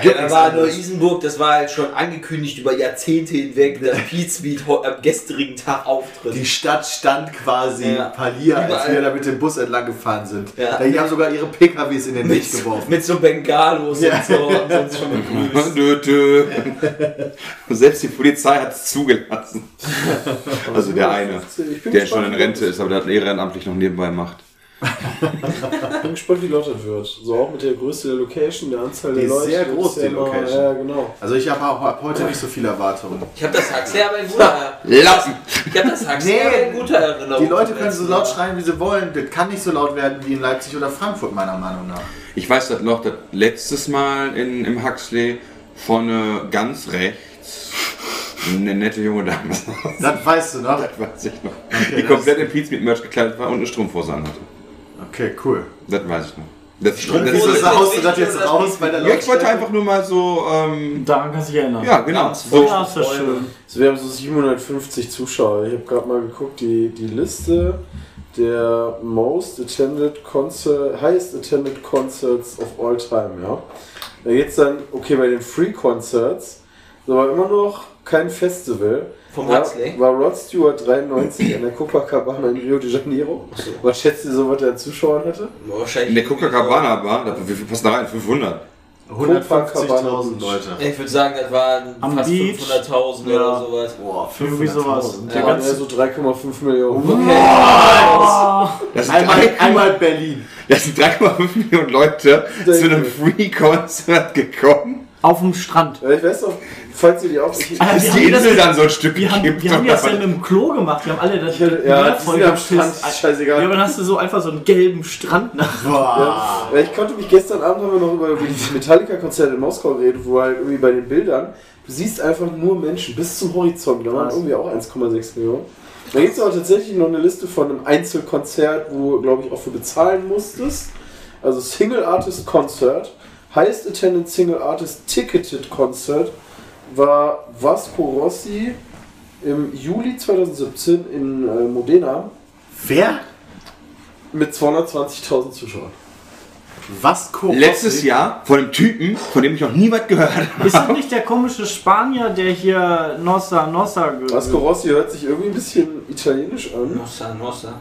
[SPEAKER 3] Ja, da war nur Isenburg, das war halt schon angekündigt über Jahrzehnte hinweg, dass Pizmeet am gestrigen Tag auftritt.
[SPEAKER 2] die Stadt stand quasi
[SPEAKER 3] Ja.
[SPEAKER 2] Palier, als
[SPEAKER 3] Überall.
[SPEAKER 2] wir da mit dem Bus entlang gefahren sind.
[SPEAKER 3] Ja.
[SPEAKER 2] Da, die haben sogar ihre PKWs in den Weg
[SPEAKER 3] mit,
[SPEAKER 2] geworfen.
[SPEAKER 3] mit so Bengalos
[SPEAKER 2] Ja.
[SPEAKER 3] und so haben sonst schon begrüßt.
[SPEAKER 5] Dö, dö. Selbst die Polizei hat es zugelassen. Also der eine,
[SPEAKER 6] Ich bin
[SPEAKER 5] der
[SPEAKER 6] gespannt,
[SPEAKER 5] schon in
[SPEAKER 6] wie
[SPEAKER 5] Rente
[SPEAKER 6] das-
[SPEAKER 5] ist, aber der hat ehrenamtlich noch nebenbei gemacht.
[SPEAKER 6] Ich bin gespannt, wie laut das wird. So auch mit der Größe der Location, der Anzahl der
[SPEAKER 2] Die ist
[SPEAKER 6] Leute.
[SPEAKER 2] sehr
[SPEAKER 6] das
[SPEAKER 2] groß,
[SPEAKER 6] ist ja
[SPEAKER 2] die
[SPEAKER 6] immer-
[SPEAKER 2] Location.
[SPEAKER 6] Ja, genau.
[SPEAKER 2] Also ich habe auch ab heute nicht so viele Erwartungen.
[SPEAKER 3] Ich habe das Huxley aber in guter
[SPEAKER 5] Lappen.
[SPEAKER 3] Ich habe das Huxley
[SPEAKER 2] Nee.
[SPEAKER 3] aber in guter Erinnerung.
[SPEAKER 2] Die Leute können
[SPEAKER 3] vom
[SPEAKER 2] so
[SPEAKER 3] letzten
[SPEAKER 2] laut
[SPEAKER 3] Mal.
[SPEAKER 2] schreien, wie sie wollen. Das kann nicht so laut werden wie in Leipzig oder Frankfurt, meiner Meinung nach.
[SPEAKER 5] Ich weiß das noch, das letztes Mal in, im Huxley vorne ganz rechts eine nette junge Dame saß.
[SPEAKER 2] Das weißt du ne? noch?
[SPEAKER 5] Das weiß ich noch.
[SPEAKER 2] Okay,
[SPEAKER 5] die
[SPEAKER 2] das-
[SPEAKER 5] komplett in Pizza mit Merch gekleidet war und eine Strumpfhose anhatte.
[SPEAKER 2] Okay, cool.
[SPEAKER 5] Das weiß ich noch. Das, das
[SPEAKER 2] Wieso
[SPEAKER 5] ist,
[SPEAKER 3] Strumpfhose?
[SPEAKER 2] saust du das jetzt raus bei der
[SPEAKER 5] ja, ich wollte
[SPEAKER 2] Lautstärke?
[SPEAKER 5] einfach nur mal so. Ähm,
[SPEAKER 4] Daran kannst du dich erinnern.
[SPEAKER 5] ja, genau.
[SPEAKER 4] Ja,
[SPEAKER 5] So,
[SPEAKER 4] ist ja schön.
[SPEAKER 6] Also wir haben so 750 Zuschauer. Ich habe gerade mal geguckt, die, die Liste der most attended concert, highest attended concerts of all time, ja. Da geht's dann, okay, bei den Free Concerts, da war immer noch kein Festival.
[SPEAKER 3] Vom
[SPEAKER 6] Ja,
[SPEAKER 3] Huxley?
[SPEAKER 6] War Rod Stewart 93 an der Copacabana in Rio de Janeiro. Was schätzt ihr so, was der an Zuschauern hatte?
[SPEAKER 3] Wahrscheinlich.
[SPEAKER 5] in der Coca-Cabana Bar, da, wie viel passen da rein? 500.
[SPEAKER 2] 150.000 Leute.
[SPEAKER 3] Ich würde sagen, das waren
[SPEAKER 4] Am
[SPEAKER 3] fast
[SPEAKER 4] Beach?
[SPEAKER 3] 500.000
[SPEAKER 4] Ja.
[SPEAKER 3] oder sowas.
[SPEAKER 2] Boah,
[SPEAKER 4] Irgendwie sowas.
[SPEAKER 2] 500.000.
[SPEAKER 4] Der
[SPEAKER 6] Ja, also
[SPEAKER 4] ganze.
[SPEAKER 6] so 3,5 Millionen.
[SPEAKER 5] Das sind,
[SPEAKER 2] Einmal,
[SPEAKER 5] drei-
[SPEAKER 2] einmal Berlin.
[SPEAKER 5] das sind 3,5 Millionen Leute zu einem Free-Concert gekommen.
[SPEAKER 4] Auf dem Strand.
[SPEAKER 6] Ja, Ich weiß noch, falls ihr die auch... Ich,
[SPEAKER 4] Alter, wir
[SPEAKER 5] Ist die
[SPEAKER 4] haben das-
[SPEAKER 5] Insel dann so ein Stück
[SPEAKER 4] Wir haben,
[SPEAKER 5] gekippt
[SPEAKER 4] wir haben
[SPEAKER 5] oder
[SPEAKER 4] das ja mit
[SPEAKER 5] was?
[SPEAKER 4] dem Klo gemacht. Wir haben alle das
[SPEAKER 6] ja, die sind am Strand,
[SPEAKER 4] vollgepisst.
[SPEAKER 6] scheißegal.
[SPEAKER 4] Ja, aber dann hast du so einfach so einen gelben Strand nach.
[SPEAKER 2] Boah.
[SPEAKER 6] Ja, ich konnte mich gestern Abend haben wir noch über dieses Metallica-Konzert in Moskau reden, wo halt irgendwie bei den Bildern, du siehst einfach nur Menschen bis zum Horizont, da waren
[SPEAKER 4] Krass.
[SPEAKER 6] irgendwie auch 1,6 Millionen. Da gibt es aber tatsächlich noch eine Liste von einem Einzelkonzert, wo glaube ich auch für bezahlen musstest. Also Single Artist Concert, Highest Attended Single Artist Ticketed Concert war Vasco Rossi im Juli 2017 in äh, Modena
[SPEAKER 2] Wer?
[SPEAKER 6] mit 220.000 Zuschauern.
[SPEAKER 2] Was Korossi?
[SPEAKER 5] Letztes Jahr von einem Typen, von dem ich noch nie was gehört habe.
[SPEAKER 4] Ist das nicht der komische Spanier, der hier Nossa Nossa ge-
[SPEAKER 6] Vasco Rossi hört sich irgendwie ein bisschen italienisch an.
[SPEAKER 3] Nossa, Nossa.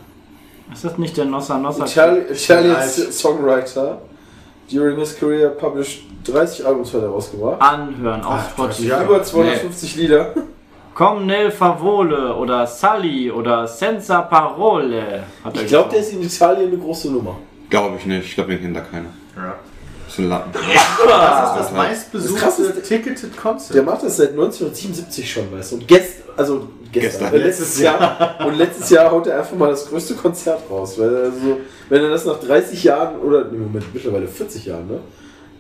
[SPEAKER 4] Ist das nicht der Nossa Nossa?
[SPEAKER 6] Itali Italian
[SPEAKER 2] Nice.
[SPEAKER 6] Songwriter. During his career published 30 Albums hat er rausgebracht.
[SPEAKER 4] Anhören auf Spotify.
[SPEAKER 2] ja.
[SPEAKER 6] Über 250 Lieder.
[SPEAKER 4] Komm nel favole oder Sally oder senza parole. Hat er
[SPEAKER 6] Ich glaube, der
[SPEAKER 4] gesagt.
[SPEAKER 6] ist in Italien eine große Nummer.
[SPEAKER 5] Glaube ich nicht. Ich glaube, den kennt da keiner.
[SPEAKER 2] Ja.
[SPEAKER 5] Das ist ein Lappen.
[SPEAKER 2] Das ist das
[SPEAKER 6] Das
[SPEAKER 2] meistbesuchte
[SPEAKER 6] krasseste-
[SPEAKER 2] Ticketed
[SPEAKER 6] Der
[SPEAKER 2] Concert.
[SPEAKER 6] macht das seit 1977 schon, weißt du. Und gest also gestern,
[SPEAKER 5] Gestern.
[SPEAKER 6] äh, letztes Jahr. Und letztes Jahr haut er einfach mal das größte Konzert raus. Weil er so, wenn er das nach 30 Jahren oder nee, Moment, mittlerweile 40 Jahren, ne?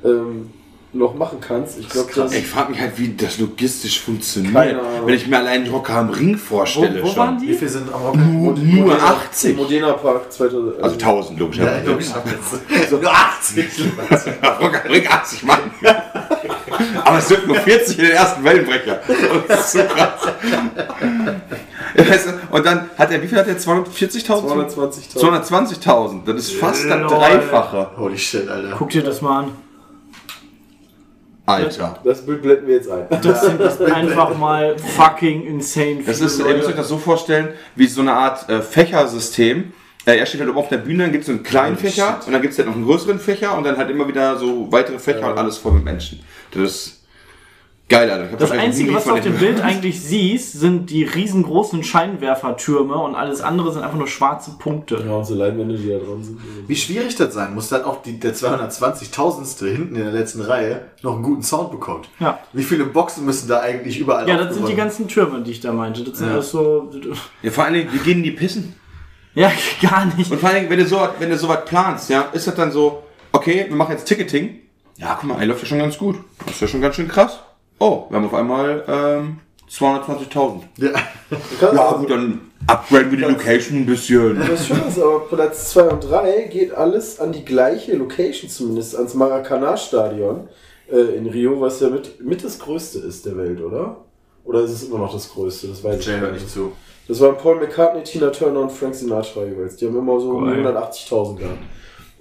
[SPEAKER 6] Ähm, noch machen kannst. Ich glaube, das.
[SPEAKER 5] Ich frage mich halt, wie das logistisch
[SPEAKER 6] Keine
[SPEAKER 5] funktioniert,
[SPEAKER 6] Ahnung.
[SPEAKER 5] wenn ich mir allein Rocker am Ring vorstelle. schon.
[SPEAKER 2] Wie viel sind am Rock?
[SPEAKER 5] Nur, nur 80.
[SPEAKER 6] Modena Park 2000.
[SPEAKER 5] Also 1000,
[SPEAKER 2] Ja, ich
[SPEAKER 5] logischerweise.
[SPEAKER 2] glaube, ich habe jetzt. Nur 80.
[SPEAKER 5] Rocker am Ring 80 Mann. Aber es sind nur 40 in den ersten Wellenbrecher. Das ist so krass. Weißt du, Und dann hat er, wie viel hat er? 240.000?
[SPEAKER 6] 220.000.
[SPEAKER 5] 220.000. Das ist fast das
[SPEAKER 4] Lol.
[SPEAKER 5] Dreifache.
[SPEAKER 2] Holy shit, Alter.
[SPEAKER 4] Guck dir das mal an.
[SPEAKER 5] Alter.
[SPEAKER 6] Das Bild blenden wir jetzt ein.
[SPEAKER 4] Das sind einfach mal fucking insane
[SPEAKER 5] Das
[SPEAKER 4] viele
[SPEAKER 5] ist, ihr
[SPEAKER 4] Leute.
[SPEAKER 5] müsst euch das so vorstellen, wie so eine Art äh, Fächersystem. Äh, er steht halt oben auf der Bühne, dann gibt es so einen kleinen
[SPEAKER 4] Oh,
[SPEAKER 5] Fächer und dann gibt es halt noch einen größeren Fächer und dann halt immer wieder so weitere Fächer und alles voll mit Menschen. Das ist geil, Alter. Ich hab
[SPEAKER 4] Das
[SPEAKER 5] wahrscheinlich
[SPEAKER 4] Einzige,
[SPEAKER 5] nie
[SPEAKER 4] was du
[SPEAKER 5] von
[SPEAKER 4] auf dem Bild eigentlich siehst, sind die riesengroßen Scheinwerfertürme und alles andere sind einfach nur schwarze Punkte.
[SPEAKER 6] Ja, und so Leinwände, die da dran sind.
[SPEAKER 2] Wie schwierig das sein muss, dann auch die, der 220.000ste hinten in der letzten Reihe noch einen guten Sound bekommt.
[SPEAKER 4] Ja.
[SPEAKER 2] Wie viele Boxen müssen da eigentlich überall
[SPEAKER 4] Ja, das sind die
[SPEAKER 2] aufgeräumt
[SPEAKER 4] ganzen Türme, die ich da meinte. Das sind
[SPEAKER 2] Ja.
[SPEAKER 4] alles so.
[SPEAKER 5] Ja, vor allen Dingen, wie gehen die pissen?
[SPEAKER 4] Ja, gar nicht.
[SPEAKER 5] Und vor allen Dingen, wenn du so, wenn du so was planst, ja, ist das dann so, okay, wir machen jetzt Ticketing. Ja, guck mal, ey, läuft ja schon ganz gut. Das ist ja schon ganz schön krass. Oh, wir haben auf einmal ähm, 220.000.
[SPEAKER 2] Ja.
[SPEAKER 5] Ja, gut, dann upgraden wir die Location ein bisschen.
[SPEAKER 6] Das Schöne ist aber, Platz 2 und 3 geht alles an die gleiche Location zumindest, ans Maracaná-Stadion äh, in Rio, was ja mit, mit das größte ist der Welt, oder? Oder ist es immer noch das größte? Das weiß ich
[SPEAKER 2] Zähl
[SPEAKER 6] gar
[SPEAKER 2] da
[SPEAKER 6] nicht.
[SPEAKER 2] nicht zu.
[SPEAKER 6] Das waren Paul McCartney, Tina Turner und Frank Sinatra jeweils. Die haben immer so um die
[SPEAKER 4] Geil.
[SPEAKER 6] 180.000 gehabt.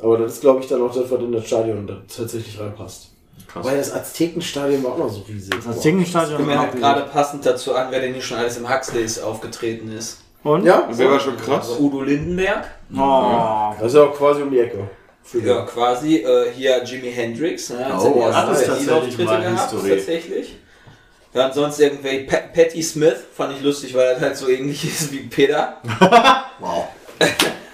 [SPEAKER 6] Aber das ist, glaube ich, dann auch das, was in das Stadion da tatsächlich reinpasst. Weil das Aztekenstadion war auch noch so riesig.
[SPEAKER 4] Das
[SPEAKER 6] Boah.
[SPEAKER 4] Zingenstadion
[SPEAKER 3] Mir
[SPEAKER 4] war
[SPEAKER 3] halt gerade passend dazu an, wer denn hier schon alles im Huxleys aufgetreten ist.
[SPEAKER 4] Und?
[SPEAKER 6] Ja?
[SPEAKER 5] Das wäre schon krass.
[SPEAKER 3] Also Udo Lindenberg,
[SPEAKER 4] Oh.
[SPEAKER 6] Das ist ja auch quasi um die Ecke.
[SPEAKER 3] ja quasi, äh, hier Jimi Hendrix, ne, hat seine
[SPEAKER 2] Oh,
[SPEAKER 3] ersten
[SPEAKER 2] das ist
[SPEAKER 3] Berlin-
[SPEAKER 2] tatsächlich
[SPEAKER 3] Auftritte
[SPEAKER 2] mal
[SPEAKER 3] gehabt,
[SPEAKER 2] Historie.
[SPEAKER 3] tatsächlich. Dann sonst irgendwie pa Patty Smith, fand ich lustig, weil er halt so ähnlich ist wie Peter.
[SPEAKER 2] Wow.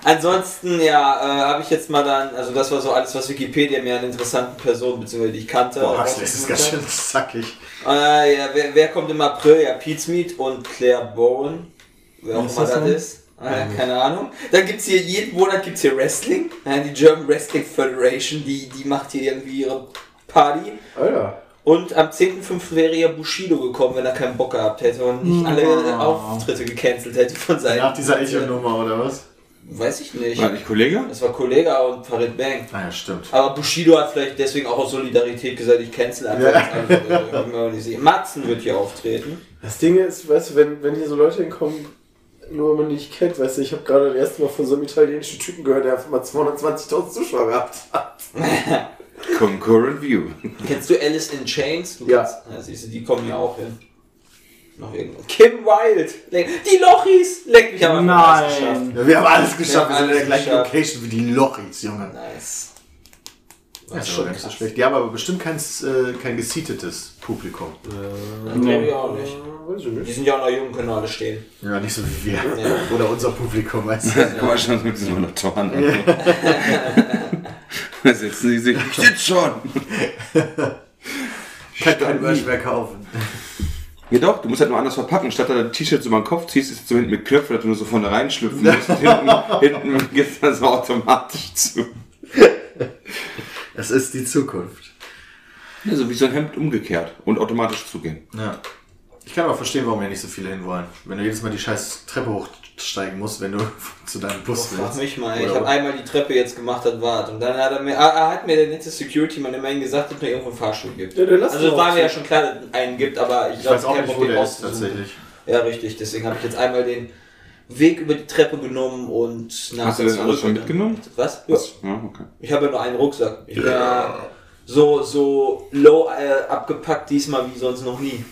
[SPEAKER 3] Ansonsten, ja, äh, habe ich jetzt mal dann, also das war so alles, was Wikipedia mir an interessanten Personen, beziehungsweise die ich kannte.
[SPEAKER 2] Boah, Huxley, das ist ganz schön zackig.
[SPEAKER 3] Äh, ja, wer, wer kommt im April? Ja, Pete Smith und Claire Bowen. Wer auch
[SPEAKER 4] Was
[SPEAKER 3] immer das
[SPEAKER 4] ist das denn?
[SPEAKER 3] ist. Äh, keine Ahnung. Dann gibt's hier, jeden Monat gibt's hier Wrestling. Ja, die German Wrestling Federation, die, die macht hier irgendwie ihre Party.
[SPEAKER 6] Alter.
[SPEAKER 3] Und am 10.05. wäre ja Bushido gekommen, wenn er keinen Bock gehabt hätte und nicht alle
[SPEAKER 4] Hm.
[SPEAKER 3] Auftritte gecancelt hätte von seinen.
[SPEAKER 2] Nach dieser Echo-Nummer oder was?
[SPEAKER 3] Weiß ich nicht.
[SPEAKER 5] War nicht Kollege?
[SPEAKER 3] Das war Kollega und Farid Bang.
[SPEAKER 2] Naja, stimmt.
[SPEAKER 3] Aber Bushido hat vielleicht deswegen auch aus Solidarität gesagt, ich cancel einfach jetzt alles. Also, können wir auch nicht sehen. Matzen wird hier auftreten.
[SPEAKER 6] Das Ding ist, weißt du, wenn, wenn hier so Leute hinkommen, nur wenn man die nicht kennt, weißt du, ich habe gerade das erste Mal von so einem italienischen Typen gehört, der einfach mal 220.000 Zuschauer gehabt hat.
[SPEAKER 5] Concurrent View.
[SPEAKER 3] Kennst du Alice in Chains? Du
[SPEAKER 6] Ja.
[SPEAKER 3] Kennst, na, siehst du, die kommen ja auch hin. Noch irgendwas. Kim Wilde. Leck, die Lochis. Leck mich aber. das geschafft.
[SPEAKER 4] Nein.
[SPEAKER 2] Ja, wir haben alles geschafft.
[SPEAKER 3] Wir
[SPEAKER 2] Wir
[SPEAKER 3] haben
[SPEAKER 2] sind in der
[SPEAKER 3] alles
[SPEAKER 2] gleichen
[SPEAKER 3] geschafft.
[SPEAKER 2] Location wie die Lochis, Junge.
[SPEAKER 3] Nice.
[SPEAKER 2] Das ist schon ganz so schlecht. Die haben aber bestimmt kein, äh, kein geseatetes Publikum.
[SPEAKER 3] Glaube ich auch nicht.
[SPEAKER 6] Weiß ich
[SPEAKER 3] Die
[SPEAKER 6] nicht.
[SPEAKER 3] sind ja auch noch jung, können alle stehen.
[SPEAKER 2] Ja, nicht so wie wir. Oder unser Publikum, weißt du.
[SPEAKER 5] Guck mal schon mit diesen Moderatoren an. Da setzen sie sich. Ich sitz schon!
[SPEAKER 2] Kann kein Merch mehr kaufen.
[SPEAKER 5] Ja doch, du musst halt nur anders verpacken. Statt dass du T-Shirts über den Kopf ziehst, ist es so hinten mit Knöpfen, dass du nur so vorne reinschlüpfen musst. Und hinten, hinten geht das so automatisch zu.
[SPEAKER 2] Es ist die Zukunft.
[SPEAKER 5] Ja, so wie so ein Hemd umgekehrt und automatisch zugehen.
[SPEAKER 2] Ja. Ich kann aber verstehen, warum hier nicht so viele hinwollen. Wenn du jedes Mal die scheiß Treppe hochsteigen musst, wenn du zu deinem Bus
[SPEAKER 3] Frag
[SPEAKER 2] willst.
[SPEAKER 3] mich mal,
[SPEAKER 2] Oder-
[SPEAKER 3] ich habe einmal die Treppe jetzt gemacht, das war's. Und dann hat er mir, ah, ah, hat mir der nette Security-Mann immerhin gesagt, dass mir irgendwo einen Fahrstuhl gibt.
[SPEAKER 6] Ja, dann lass
[SPEAKER 3] also
[SPEAKER 6] doch
[SPEAKER 3] war
[SPEAKER 6] auch
[SPEAKER 3] mir ja
[SPEAKER 6] so.
[SPEAKER 3] schon klar, dass es einen gibt, aber ich,
[SPEAKER 2] Ich
[SPEAKER 3] glaub,
[SPEAKER 2] weiß auch
[SPEAKER 3] hab
[SPEAKER 2] nicht,
[SPEAKER 3] auf
[SPEAKER 2] wo
[SPEAKER 3] den
[SPEAKER 2] der ist
[SPEAKER 3] rausgesucht.
[SPEAKER 2] tatsächlich.
[SPEAKER 3] Ja, richtig. Deswegen habe ich jetzt einmal den Weg über die Treppe genommen und nach
[SPEAKER 5] Hast du
[SPEAKER 3] der
[SPEAKER 5] denn alles
[SPEAKER 3] zurück-
[SPEAKER 5] schon mitgenommen?
[SPEAKER 3] Was? Ja.
[SPEAKER 5] Was? Ja, okay.
[SPEAKER 3] Ich habe ja nur einen Rucksack. Ich bin ja so, so low äh, abgepackt diesmal wie sonst noch nie.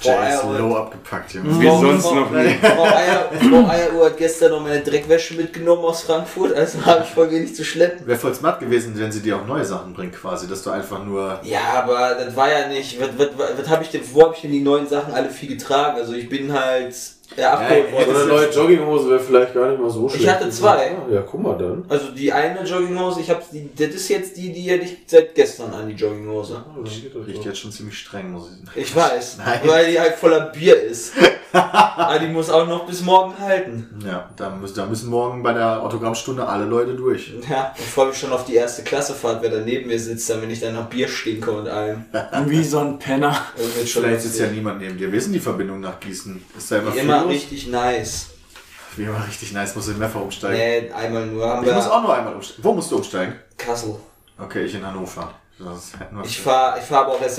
[SPEAKER 3] Frau
[SPEAKER 2] Der ist
[SPEAKER 3] Eieruhr-
[SPEAKER 2] low abgepackt, Junge.
[SPEAKER 5] Wie
[SPEAKER 3] Frau-
[SPEAKER 5] sonst
[SPEAKER 3] Frau-
[SPEAKER 5] noch nie.
[SPEAKER 3] Frau Eier- Frau Eieruhr hat gestern noch meine Dreckwäsche mitgenommen aus Frankfurt, also habe ich voll wenig zu schleppen.
[SPEAKER 2] Wäre voll smart gewesen, wenn sie dir auch neue Sachen bringt, quasi, dass du einfach nur.
[SPEAKER 3] Ja, aber das war ja nicht. Was, was, was, was hab ich denn, wo habe ich denn die neuen Sachen alle viel getragen? Also ich bin halt ja, abgeholt
[SPEAKER 6] So eine
[SPEAKER 3] worden.
[SPEAKER 6] neue Jogginghose wäre vielleicht gar nicht mal so schlecht.
[SPEAKER 3] hatte zwei.
[SPEAKER 6] Ah, Ja, guck mal dann.
[SPEAKER 3] Also die eine Jogginghose, ich hab die, das ist jetzt die, die hätte ich seit gestern an, die Jogginghose.
[SPEAKER 6] Ah, dann geht das
[SPEAKER 2] Riecht
[SPEAKER 6] doch.
[SPEAKER 2] jetzt schon ziemlich streng, muss ich sagen.
[SPEAKER 3] Ich weiß,
[SPEAKER 2] Oh, Nein.
[SPEAKER 3] weil die halt voller Bier ist. Aber die muss auch noch bis morgen halten.
[SPEAKER 2] Ja, da müssen, da müssen morgen bei der Autogrammstunde alle Leute durch.
[SPEAKER 3] Ja, ich freue mich schon auf die erste Klassefahrt, wer da neben mir sitzt, dann wenn ich dann nach Bier stinke und allem.
[SPEAKER 4] Wie so ein Penner.
[SPEAKER 3] Das wird schon
[SPEAKER 2] Vielleicht sitzt ja
[SPEAKER 3] lustig.
[SPEAKER 2] niemand neben dir. Wir sind die Verbindung nach Gießen. Ist da immer viel
[SPEAKER 3] immer
[SPEAKER 2] los?
[SPEAKER 3] richtig nice.
[SPEAKER 2] Wie immer richtig nice. Muss in Leffer umsteigen.
[SPEAKER 3] Nee, einmal nur haben
[SPEAKER 2] Ich muss
[SPEAKER 3] wir
[SPEAKER 2] auch nur einmal umsteigen. Wo musst du umsteigen?
[SPEAKER 3] Kassel.
[SPEAKER 2] Okay, ich in Hannover. Das halt hätten wir
[SPEAKER 3] Ich fahre ich fahr aber auch erst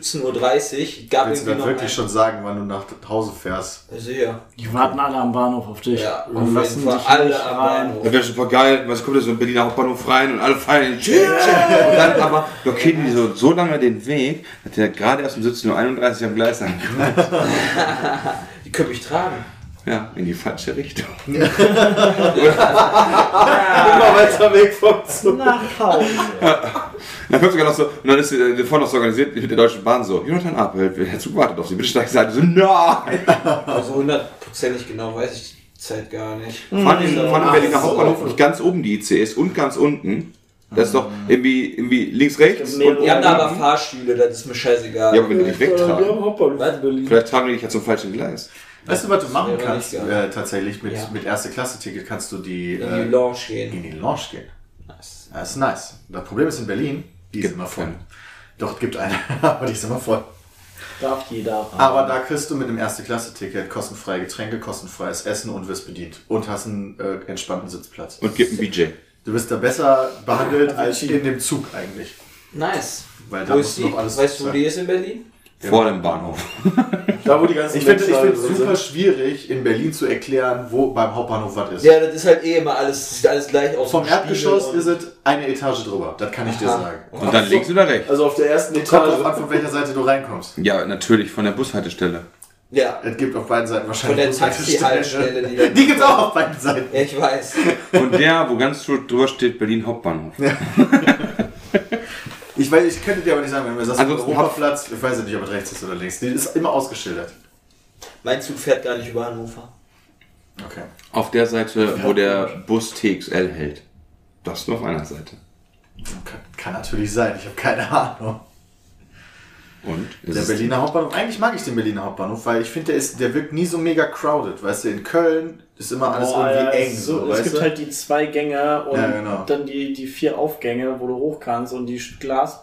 [SPEAKER 3] 17.30 Uhr. Gab
[SPEAKER 2] Willst du
[SPEAKER 3] irgendwie
[SPEAKER 2] dann
[SPEAKER 3] noch
[SPEAKER 2] wirklich
[SPEAKER 3] einen.
[SPEAKER 2] schon sagen, wann du nach Hause fährst?
[SPEAKER 3] Also ja.
[SPEAKER 4] Die warten alle am Bahnhof auf dich.
[SPEAKER 3] Ja,
[SPEAKER 4] und
[SPEAKER 3] auf
[SPEAKER 4] lassen
[SPEAKER 3] jeden Fall
[SPEAKER 4] dich nicht
[SPEAKER 3] alle am
[SPEAKER 4] rein.
[SPEAKER 5] Das
[SPEAKER 3] Bahnhof.
[SPEAKER 5] wäre super geil, weil es kommt ja so ein Berliner Hauptbahnhof rein und alle feiern den Shit, shit. Und dann aber blockieren die so, so lange den Weg, dass der gerade erst um 17.31 Uhr am Gleis ankommt.
[SPEAKER 3] Die können mich tragen.
[SPEAKER 5] Ja, in die falsche Richtung.
[SPEAKER 6] Immer weiter weg vom Zug.
[SPEAKER 4] Nach Hause.
[SPEAKER 5] Dann kommt sogar noch so, und dann ist äh, vorne noch so organisiert mit der Deutschen Bahn so, Jonathan Apel, der Zug wartet auf Sie, bitte steigen Sie ein. So, nein!
[SPEAKER 3] Also hundertprozentig genau weiß ich die Zeit gar nicht.
[SPEAKER 4] Mhm.
[SPEAKER 5] Fahren die, fahren die Berliner
[SPEAKER 3] so.
[SPEAKER 5] Hauptbahnhof nicht ganz oben die ICEs und ganz unten. Das ist doch
[SPEAKER 4] Mhm.
[SPEAKER 5] irgendwie, irgendwie links, rechts.
[SPEAKER 4] mehrere-
[SPEAKER 3] Die haben da aber
[SPEAKER 5] unten.
[SPEAKER 3] Fahrstühle, das ist mir scheißegal.
[SPEAKER 5] Ja, aber wenn die dich
[SPEAKER 6] Äh, Wir
[SPEAKER 5] wegtragen,
[SPEAKER 6] haben Hauptbahnhof
[SPEAKER 3] Was?
[SPEAKER 6] in Berlin.
[SPEAKER 5] vielleicht tragen die dich ja zum falschen Gleis.
[SPEAKER 2] Weißt du, was du machen
[SPEAKER 3] wäre nicht
[SPEAKER 2] kannst?
[SPEAKER 3] geil.
[SPEAKER 2] Äh, tatsächlich mit,
[SPEAKER 3] Ja.
[SPEAKER 2] mit Erste-Klasse-Ticket kannst du die,
[SPEAKER 3] in die
[SPEAKER 2] äh,
[SPEAKER 3] Lounge gehen.
[SPEAKER 2] in die Lounge gehen. Das ist nice. Das Problem ist in Berlin, die ist
[SPEAKER 5] Gibt
[SPEAKER 2] immer voll.
[SPEAKER 5] keine.
[SPEAKER 2] Doch, gibt eine, aber die ist immer voll.
[SPEAKER 4] Darf jeder.
[SPEAKER 3] Ah.
[SPEAKER 2] Aber da kriegst du mit einem Erste-Klasse-Ticket kostenfreie Getränke, kostenfreies Essen und wirst bedient. Und hast einen äh, entspannten Sitzplatz.
[SPEAKER 5] Und gibt ein BJ.
[SPEAKER 2] Du wirst da besser behandelt als in dem Zug eigentlich.
[SPEAKER 3] Nice.
[SPEAKER 2] Weil da
[SPEAKER 3] Wo
[SPEAKER 2] musst
[SPEAKER 3] ist
[SPEAKER 2] du
[SPEAKER 3] die?
[SPEAKER 2] noch alles
[SPEAKER 3] Weißt du, wo
[SPEAKER 2] sagen.
[SPEAKER 3] die ist in Berlin?
[SPEAKER 5] Vor dem Bahnhof.
[SPEAKER 6] Da, wo die ganzen
[SPEAKER 2] Ich finde
[SPEAKER 6] Menschen
[SPEAKER 2] es
[SPEAKER 6] alle drin
[SPEAKER 2] super
[SPEAKER 6] sind.
[SPEAKER 2] schwierig, in Berlin zu erklären, wo beim Hauptbahnhof was ist.
[SPEAKER 3] Ja, das ist halt eh immer alles, sieht alles gleich aus.
[SPEAKER 2] Vom
[SPEAKER 3] dem Spiegel
[SPEAKER 2] Erdgeschoss
[SPEAKER 3] und-
[SPEAKER 2] ist es eine Etage drüber. Das kann ich dir sagen.
[SPEAKER 5] Und dann links oder rechts?
[SPEAKER 6] Also auf der ersten
[SPEAKER 2] Kommt drauf an,
[SPEAKER 6] Etage.
[SPEAKER 2] von welcher Seite du reinkommst.
[SPEAKER 5] Ja, natürlich von der Bushaltestelle.
[SPEAKER 3] Ja.
[SPEAKER 2] Es gibt auf beiden Seiten
[SPEAKER 3] Von
[SPEAKER 2] wahrscheinlich
[SPEAKER 3] der Taxi-Haltestelle, die da-
[SPEAKER 2] Die gibt es auch auf beiden Seiten.
[SPEAKER 3] Ja, ich weiß.
[SPEAKER 5] Und der, wo ganz drüber steht, Berlin Hauptbahnhof.
[SPEAKER 2] Ich weiß, ich könnte dir aber nicht sagen, wenn du mir sagst,
[SPEAKER 3] Also,
[SPEAKER 5] Ansonsten
[SPEAKER 2] Europaplatz, ich weiß ja nicht, ob es rechts ist oder links. Die ist immer ausgeschildert.
[SPEAKER 3] Mein Zug fährt gar nicht über Hannover.
[SPEAKER 2] Okay.
[SPEAKER 5] Auf der Seite, wo der Bus TXL hält. Das ist nur auf einer Seite.
[SPEAKER 2] Kann, kann natürlich sein, ich habe keine Ahnung.
[SPEAKER 5] Und?
[SPEAKER 2] Der
[SPEAKER 5] Es ist
[SPEAKER 2] Berliner Hauptbahnhof, eigentlich mag ich den Berliner Hauptbahnhof, weil ich finde, der, ist- der wirkt nie so mega crowded. Weißt du, in Köln ist immer alles
[SPEAKER 4] Boah, ja,
[SPEAKER 2] irgendwie
[SPEAKER 4] es
[SPEAKER 2] eng.
[SPEAKER 4] ist
[SPEAKER 2] So,
[SPEAKER 4] so, es
[SPEAKER 2] weißt
[SPEAKER 4] gibt
[SPEAKER 2] du?
[SPEAKER 4] halt die zwei Gänge und
[SPEAKER 2] Ja, genau.
[SPEAKER 4] dann die, die vier Aufgänge, wo du hoch kannst und die Glas.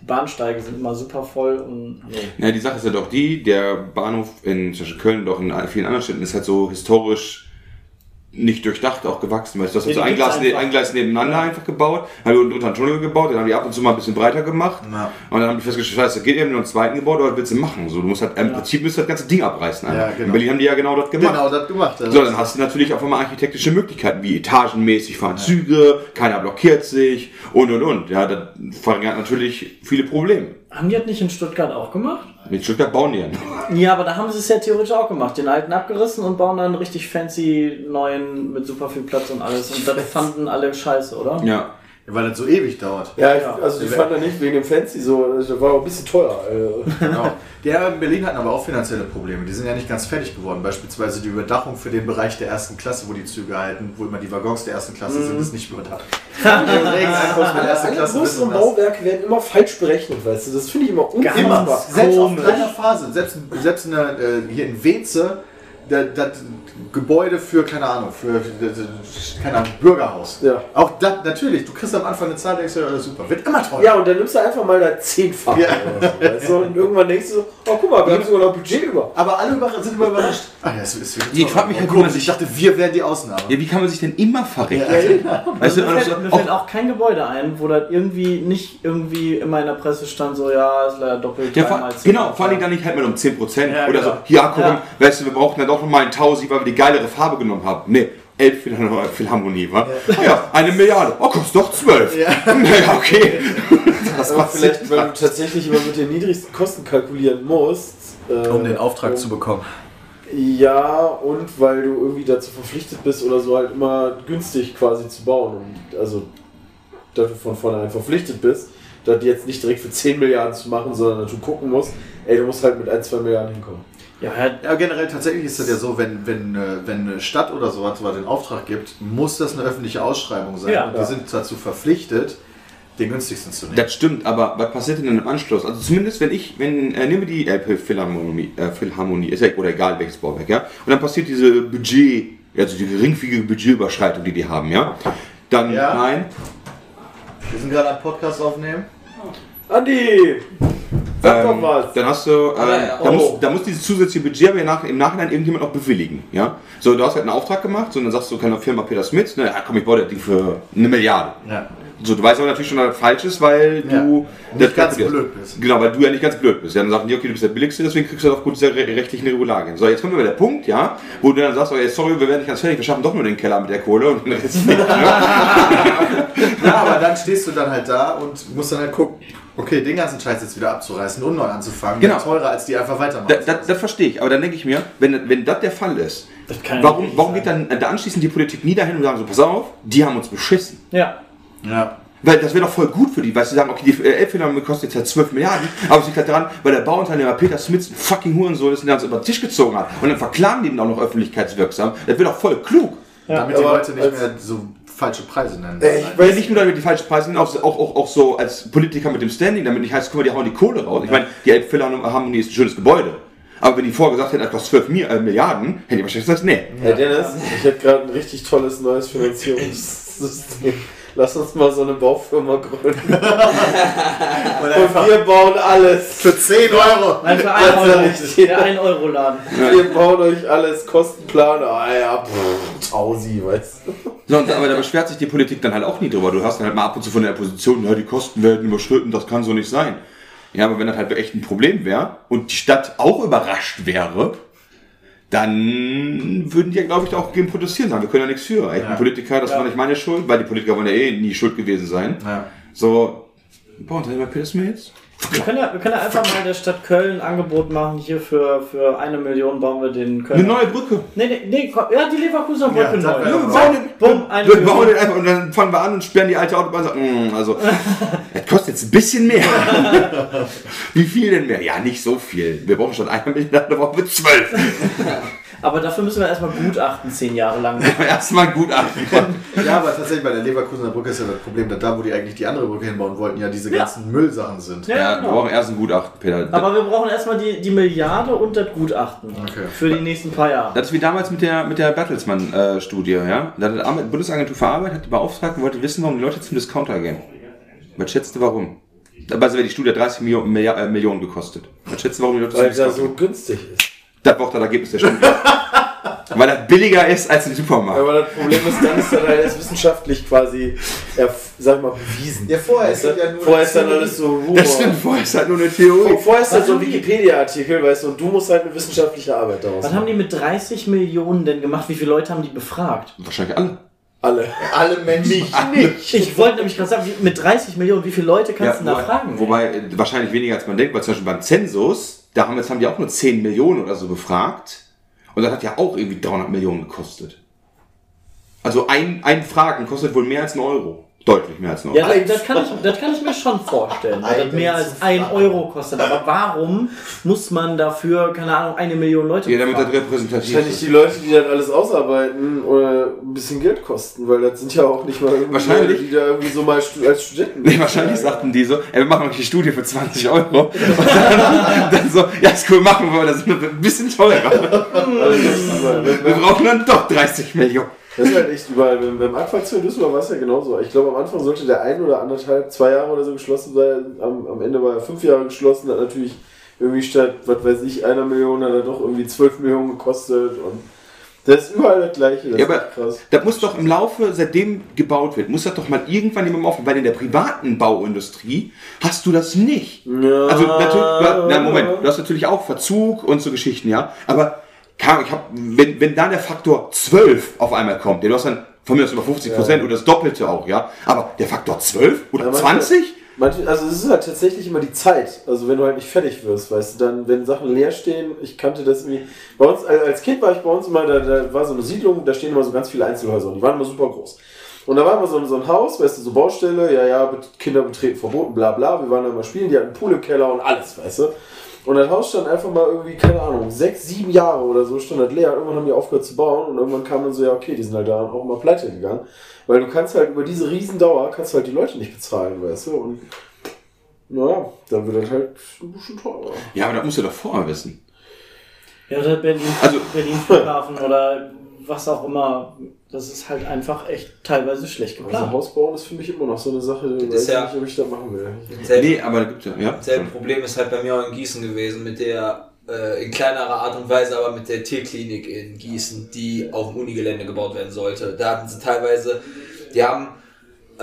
[SPEAKER 4] Die Bahnsteige sind immer super voll und. Nee.
[SPEAKER 5] Ja, die Sache ist ja doch die, der Bahnhof in zum Beispiel Köln, doch in vielen anderen Städten, ist halt so historisch nicht durchdacht auch gewachsen, weil das hat
[SPEAKER 4] Ja,
[SPEAKER 5] so
[SPEAKER 4] die
[SPEAKER 5] ein
[SPEAKER 4] gibt's
[SPEAKER 5] Glas, ne-
[SPEAKER 4] einfach.
[SPEAKER 5] ein Glas nebeneinander einfach gebaut, haben wir unten drunter einen Tunnel gebaut, dann haben die ab und zu mal ein bisschen breiter gemacht
[SPEAKER 2] Ja.
[SPEAKER 5] und dann haben die festgestellt, scheiße, geht eben nur einen zweiten gebaut, oder was willst du machen? So, du musst halt, im
[SPEAKER 4] Ja.
[SPEAKER 5] Prinzip müsst du das ganze Ding abreißen.
[SPEAKER 2] Ja,
[SPEAKER 5] einfach.
[SPEAKER 2] genau.
[SPEAKER 5] In Berlin haben die ja genau das gemacht.
[SPEAKER 2] Genau, das gemacht. Also
[SPEAKER 5] So, dann hast du natürlich auf einmal architektische Möglichkeiten, wie etagenmäßig fahren Züge, keiner blockiert sich und und und. Ja, das verringert natürlich viele Probleme.
[SPEAKER 4] Haben die das nicht in Stuttgart auch gemacht?
[SPEAKER 5] Mit Stuttgart bauen die ja noch.
[SPEAKER 4] Ja, aber da haben sie es ja theoretisch auch gemacht. Den alten abgerissen und bauen dann einen richtig fancy neuen mit super viel Platz und alles. Und das fanden alle scheiße, oder?
[SPEAKER 5] Ja.
[SPEAKER 2] weil das so ewig dauert.
[SPEAKER 6] Ja, ich, also die fand da nicht wegen dem Fancy so. Das war auch ein bisschen teuer. Also.
[SPEAKER 2] Genau. Der in Berlin hatten aber auch finanzielle Probleme. Die sind ja nicht ganz fertig geworden. Beispielsweise die Überdachung für den Bereich der ersten Klasse, wo die Züge halten, wo immer die Waggons der ersten Klasse
[SPEAKER 6] Mhm.
[SPEAKER 2] sind, ist nicht überdacht. Wenn du im Regen ankommst, bei der ersten
[SPEAKER 6] Alle
[SPEAKER 2] Klasse wissen
[SPEAKER 6] größeren
[SPEAKER 2] das.
[SPEAKER 6] Bauwerke werden immer falsch berechnet, weißt du. Das finde ich immer
[SPEAKER 2] Immer.
[SPEAKER 6] unfassbar.
[SPEAKER 2] Selbst auf
[SPEAKER 4] Komisch.
[SPEAKER 2] kleiner Phase. Selbst, selbst in der, äh, hier in Weze, da- das Gebäude für, keine Ahnung, für, für keine Ahnung, Bürgerhaus.
[SPEAKER 6] Ja.
[SPEAKER 2] Auch das, natürlich, du kriegst am Anfang eine Zahl, denkst du, ja, das ist super, wird immer teurer.
[SPEAKER 6] Ja, und dann nimmst du einfach mal da zehnfache.
[SPEAKER 2] Ja.
[SPEAKER 6] oder so, weißt du? Und irgendwann denkst du so, oh guck mal, wir haben sogar noch Budget über.
[SPEAKER 2] Aber alle über- sind immer überrascht. Ah, ja, es ist wirklich
[SPEAKER 5] Ich
[SPEAKER 2] teurer.
[SPEAKER 5] frag mich halt, wie
[SPEAKER 2] Komisch,
[SPEAKER 5] man sich-
[SPEAKER 2] ich dachte, wir wären die Ausnahme.
[SPEAKER 5] Ja, wie kann man sich denn immer verrechnen? Weißt du,
[SPEAKER 4] Mir
[SPEAKER 5] also,
[SPEAKER 4] fällt, mir fällt
[SPEAKER 5] auch,
[SPEAKER 4] auch kein Gebäude ein, wo das irgendwie nicht irgendwie immer in der Presse stand, so ja, ist leider doppelt.
[SPEAKER 5] ja,
[SPEAKER 4] dreimal
[SPEAKER 5] vor,
[SPEAKER 4] zehn.
[SPEAKER 5] genau, vor allem dann nicht halt mal um 10%
[SPEAKER 2] Ja,
[SPEAKER 5] oder
[SPEAKER 2] genau.
[SPEAKER 5] so. Ja, guck mal,
[SPEAKER 4] Ja.
[SPEAKER 5] weißt du, wir brauchen dann doch nochmal einen Tausi, weil wir die geilere Farbe genommen haben. Nee, Elbphilharmonie, wa? Ja. eine Milliarde. Oh, kostet doch 12. Ja, naja, okay. Das
[SPEAKER 6] Aber
[SPEAKER 5] macht Sinn.
[SPEAKER 6] vielleicht, weil du tatsächlich immer mit den niedrigsten Kosten kalkulieren musst. äh, um-
[SPEAKER 2] bekommen.
[SPEAKER 6] Ja, und weil du irgendwie dazu verpflichtet bist oder so halt immer günstig quasi zu bauen. Und also, dass du von vornherein verpflichtet bist, das jetzt nicht direkt für 10 Milliarden zu machen, sondern dass du gucken musst, ey, du musst halt mit 1, 2 Milliarden hinkommen.
[SPEAKER 4] Ja, halt ja,
[SPEAKER 2] Ja, generell tatsächlich ist das ja so, wenn, wenn, äh, wenn eine Stadt oder sowas sowas den Auftrag gibt, muss das eine öffentliche Ausschreibung sein.
[SPEAKER 4] Ja.
[SPEAKER 2] und die
[SPEAKER 6] Ja.
[SPEAKER 2] sind dazu verpflichtet, den günstigsten zu nehmen.
[SPEAKER 5] Das stimmt, aber was passiert denn im Anschluss? Also zumindest wenn ich, wenn, äh, nehmen wir die Apple Philharmonie, äh, Philharmonie, ist ja, oder egal welches Bauwerk, ja, und dann passiert diese Budget, also die geringfügige Budgetüberschreitung, die die haben, ja, dann,
[SPEAKER 2] Ja.
[SPEAKER 5] nein,
[SPEAKER 2] Wir sind gerade am Podcast aufnehmen.
[SPEAKER 6] Andi! Sag doch
[SPEAKER 5] ähm,
[SPEAKER 6] was!
[SPEAKER 5] dann hast du, äh,
[SPEAKER 3] ja.
[SPEAKER 5] da,
[SPEAKER 3] Oh.
[SPEAKER 5] muss, da muss dieses zusätzliche Budget aber nach, im Nachhinein irgendjemand auch bewilligen, ja. So, du hast halt einen Auftrag gemacht, so, und dann sagst du, keine Firma Peter Smith, ne, ja, komm, ich baue das Ding für eine Milliarde.
[SPEAKER 2] Ja.
[SPEAKER 5] So, du weißt aber natürlich schon, dass das falsch ist, weil
[SPEAKER 2] Ja.
[SPEAKER 5] du
[SPEAKER 2] Nicht
[SPEAKER 5] das
[SPEAKER 2] ganz
[SPEAKER 5] kalkulierst.
[SPEAKER 2] blöd bist.
[SPEAKER 5] Genau, weil du ja nicht ganz blöd bist. Ja, dann sagen die, okay, du bist der Billigste, deswegen kriegst du das aufgrund dieser re- rechtlichen Regularien. So, jetzt kommt aber der Punkt, ja, wo du dann sagst, okay, sorry, wir werden nicht ganz fertig, wir schaffen doch nur den Keller mit der Kohle und den Rest nicht.
[SPEAKER 2] Ja, aber dann stehst du dann halt da und musst dann halt gucken, okay, den ganzen Scheiß jetzt wieder abzureißen und neu anzufangen.
[SPEAKER 5] Genau.
[SPEAKER 2] Ja, Teurer als die einfach weitermachen.
[SPEAKER 5] Das, das, das verstehe ich, aber dann denke ich mir, wenn, wenn das der Fall ist,
[SPEAKER 4] Das kann ja
[SPEAKER 5] warum,
[SPEAKER 4] nicht
[SPEAKER 5] warum
[SPEAKER 4] sein.
[SPEAKER 5] geht dann äh, da anschließend die Politik nie dahin und sagen so, pass auf, die haben uns beschissen.
[SPEAKER 4] Ja.
[SPEAKER 2] ja.
[SPEAKER 5] Weil das wäre doch voll gut für die, weil sie sagen, okay, die äh, Elbphilharmonie kostet jetzt halt 12 Milliarden, aber es liegt halt daran, weil der Bauunternehmer Peter Smith ein fucking Hurensohn ist und der uns über den Tisch gezogen hat. Und dann verklagen die ihn auch noch öffentlichkeitswirksam. Das wäre doch voll klug.
[SPEAKER 2] Damit die
[SPEAKER 6] aber
[SPEAKER 2] Leute nicht
[SPEAKER 6] als-
[SPEAKER 2] mehr so falsche Preise nennen.
[SPEAKER 6] Ey, ich
[SPEAKER 5] Weil
[SPEAKER 6] weiß
[SPEAKER 5] nicht nur damit die falschen Preise sind, auch, auch, auch, auch so als Politiker mit dem Standing, damit nicht heißt, guck mal, die hauen die Kohle raus. Ich meine, die Elbphilharmonie ist ein schönes Gebäude. Aber wenn die vorher gesagt hätten, das kostet 12 Mi- äh, Milliarden, hätte ich wahrscheinlich gesagt, nee.
[SPEAKER 6] Herr Dennis, ich hätte gerade ein richtig tolles neues Finanzierungssystem. Lass uns mal so eine Baufirma gründen. Und wir bauen alles.
[SPEAKER 2] Für 10 Euro!
[SPEAKER 4] Nein, für
[SPEAKER 6] Das
[SPEAKER 4] 1
[SPEAKER 6] ist
[SPEAKER 4] Euro.
[SPEAKER 6] ja richtig.
[SPEAKER 4] Der 1 Euro Laden.
[SPEAKER 6] Wir bauen euch alles. Kostenplan. Ah ja, pff, Tausi, weißt du.
[SPEAKER 5] Sonst, aber da beschwert sich die Politik dann halt auch nie drüber. Du hörst dann halt mal ab und zu von der Opposition, ja, die Kosten werden überschritten, das kann so nicht sein. Ja, aber wenn das halt echt ein Problem wäre und die Stadt auch überrascht wäre, dann würden die ja, glaube ich, auch gegen protestieren sagen, wir können ja nichts für. Ich bin
[SPEAKER 2] Ja.
[SPEAKER 5] Politiker, das war nicht meine Schuld, weil die Politiker wollen ja eh nie schuld gewesen sein.
[SPEAKER 2] Ja.
[SPEAKER 5] So, boah, und dann immer Piss mir jetzt?
[SPEAKER 4] Wir können, ja, wir können ja einfach mal der Stadt Köln ein Angebot machen. Hier für, für eine Million bauen wir den Köln.
[SPEAKER 5] Eine neue Brücke.
[SPEAKER 4] Nee, nee, nee, komm, ja, die Leverkusener
[SPEAKER 2] Ja,
[SPEAKER 4] Brücke
[SPEAKER 2] sag
[SPEAKER 4] neu.
[SPEAKER 2] mir doch
[SPEAKER 4] Bumm,
[SPEAKER 2] mal.
[SPEAKER 4] Bumm, eine
[SPEAKER 5] Wir bauen
[SPEAKER 4] Million.
[SPEAKER 5] den einfach und dann fangen wir an und sperren die alte Autobahn. und sagen, "Mm, Also, das kostet jetzt ein bisschen mehr. Wie viel denn mehr? Ja, nicht so viel. Wir brauchen schon eine Milliarde, da brauchen wir zwölf.
[SPEAKER 4] Aber dafür müssen wir erstmal Gutachten zehn Jahre lang.
[SPEAKER 5] Erstmal Gutachten.
[SPEAKER 2] ja, aber tatsächlich bei der Leverkusener Brücke ist ja das Problem, dass da, wo die eigentlich die andere Brücke hinbauen wollten, ja diese ganzen Müllsachen sind.
[SPEAKER 5] Ja, wir brauchen erst ein Gutachten, Peter.
[SPEAKER 4] Aber wir brauchen erstmal die, die Milliarde und das Gutachten
[SPEAKER 2] Okay.
[SPEAKER 4] für die nächsten paar Jahre.
[SPEAKER 5] Das ist wie damals mit der, mit der Bertelsmann-Studie, ja? Da hat die Arbeit- Bundesagentur für Arbeit hat die beauftragt und wollte wissen, warum die Leute zum Discounter gehen. Was schätzt du, warum? Dabei wäre die Studie 30 Millionen, Milliard- äh, Millionen gekostet. Was schätzt du, warum die Leute zum
[SPEAKER 6] Weil das
[SPEAKER 5] Discounter
[SPEAKER 6] so
[SPEAKER 5] gehen?
[SPEAKER 6] günstig ist.
[SPEAKER 5] Das braucht das Ergebnis der Studie. Weil das billiger ist als im Supermarkt.
[SPEAKER 6] Aber das Problem ist, dann ist dann alles wissenschaftlich quasi, ja, sag ich mal, bewiesen.
[SPEAKER 2] Ja, vorher
[SPEAKER 6] Weißt du? Vorher ist dann alles so Rumor.
[SPEAKER 5] Das stimmt, vorher ist halt nur eine Theorie.
[SPEAKER 6] Vorher ist dann
[SPEAKER 4] Was
[SPEAKER 6] so ein
[SPEAKER 4] haben die?
[SPEAKER 6] Wikipedia-Artikel, weißt du, und du musst halt eine wissenschaftliche Arbeit daraus
[SPEAKER 4] Was haben die mit 30 Millionen denn gemacht? Wie viele Leute haben die befragt?
[SPEAKER 5] Wahrscheinlich alle.
[SPEAKER 6] Alle.
[SPEAKER 2] Alle Menschen.
[SPEAKER 4] Ich wollte nämlich gerade sagen, wie, mit 30 Millionen, wie viele Leute kannst du denn da
[SPEAKER 5] wobei,
[SPEAKER 4] fragen?
[SPEAKER 5] Wobei äh, wahrscheinlich weniger als man denkt, weil zum Beispiel beim Zensus, da haben, jetzt haben die auch nur 10 Millionen oder so befragt. Und das hat ja auch irgendwie 300 Millionen gekostet. Also ein, ein Fragen kostet wohl mehr als ein Euro. Deutlich mehr als ein Euro.
[SPEAKER 4] Ja, das, das, kann ich, das kann ich mir schon vorstellen, weil das mehr als ein Euro kostet. Aber warum muss man dafür, keine Ahnung, eine Million Leute
[SPEAKER 5] Ja, damit das
[SPEAKER 4] befragen?
[SPEAKER 5] repräsentativ
[SPEAKER 6] Wahrscheinlich
[SPEAKER 5] ist.
[SPEAKER 6] die Leute, die dann alles ausarbeiten, oder ein bisschen Geld kosten, weil das sind ja auch nicht mal irgendwie
[SPEAKER 5] Wahrscheinlich.
[SPEAKER 6] Leute, die da irgendwie so mal stu- als Studenten.
[SPEAKER 5] Nee, wahrscheinlich sagten die so, ey, wir machen euch die Studie für 20 Euro. Und dann, dann so, ja, ist cool, machen wir, aber das ist ein bisschen teurer.
[SPEAKER 6] Also, das ist überall.
[SPEAKER 5] Wir
[SPEAKER 6] Wenn- wenn-
[SPEAKER 5] brauchen dann doch 30 Millionen.
[SPEAKER 6] Das ist halt echt überall. Beim- Beim Aquazio in Düsseldorf war es ja genauso. Ich glaube, am Anfang sollte der ein oder anderthalb, zwei Jahre oder so geschlossen sein. Am, am Ende war er fünf Jahre geschlossen. Hat natürlich irgendwie statt, was weiß ich, einer Million hat er doch irgendwie zwölf Millionen gekostet. Und das ist überall das Gleiche. Das
[SPEAKER 5] Ja,
[SPEAKER 6] ist
[SPEAKER 5] aber
[SPEAKER 6] echt krass.
[SPEAKER 5] Das muss doch im Laufe, seitdem gebaut wird, muss das doch mal irgendwann jemandem aufhören. Weil in der privaten Bauindustrie hast du das nicht.
[SPEAKER 6] Ja.
[SPEAKER 5] Also natürlich, du- na, Moment, du hast natürlich auch Verzug und so Geschichten, ja. Aber keine Ahnung, ich hab, wenn, wenn dann der Faktor 12 auf einmal kommt, ja, du hast dann von mir aus über 50 Prozent oder das Doppelte auch, ja. Aber der Faktor 12 oder
[SPEAKER 6] Ja, manche-
[SPEAKER 5] 20?
[SPEAKER 6] Manche, also es ist halt tatsächlich immer die Zeit. Also wenn du halt nicht fertig wirst, weißt du, dann, wenn Sachen leer stehen, ich kannte das irgendwie. Bei uns, als als Kind war ich bei uns immer, da, da war so eine Siedlung, da stehen immer so ganz viele Einzelhäuser und die waren immer super groß. Und da war immer so ein, so ein Haus, weißt du, so Baustelle, ja, ja, Bet- Kinder betreten verboten, bla bla. Wir waren da immer spielen, die hatten einen Pool im Keller und alles, weißt du. Und das Haus stand einfach mal irgendwie, keine Ahnung, sechs, sieben Jahre oder so stand das leer. Irgendwann haben die aufgehört zu bauen und irgendwann kam dann so, ja okay, die sind halt da auch mal pleite gegangen. Weil du kannst halt über diese Riesendauer, kannst du halt die Leute nicht bezahlen, weißt du. Und naja, dann wird das halt ein bisschen teurer.
[SPEAKER 5] Ja, aber da musst du doch vorher wissen.
[SPEAKER 4] Ja, oder Berlin,
[SPEAKER 5] Also-
[SPEAKER 4] Berlin Flughafen oder was auch immer. Das ist halt einfach echt teilweise schlecht
[SPEAKER 6] Also
[SPEAKER 4] geplant.
[SPEAKER 6] Haus bauen ist für mich immer noch so eine Sache, ich
[SPEAKER 3] ist
[SPEAKER 6] weiß
[SPEAKER 3] ja-
[SPEAKER 6] nicht, ob ich das machen will.
[SPEAKER 3] Selbe,
[SPEAKER 5] Nee, aber da gibt's ja. ja.
[SPEAKER 3] selbe Problem ist halt bei mir auch in Gießen gewesen, mit der, äh, in kleinerer Art und Weise, aber mit der Tierklinik in Gießen, die auf dem Unigelände gebaut werden sollte. Da hatten sie teilweise, die haben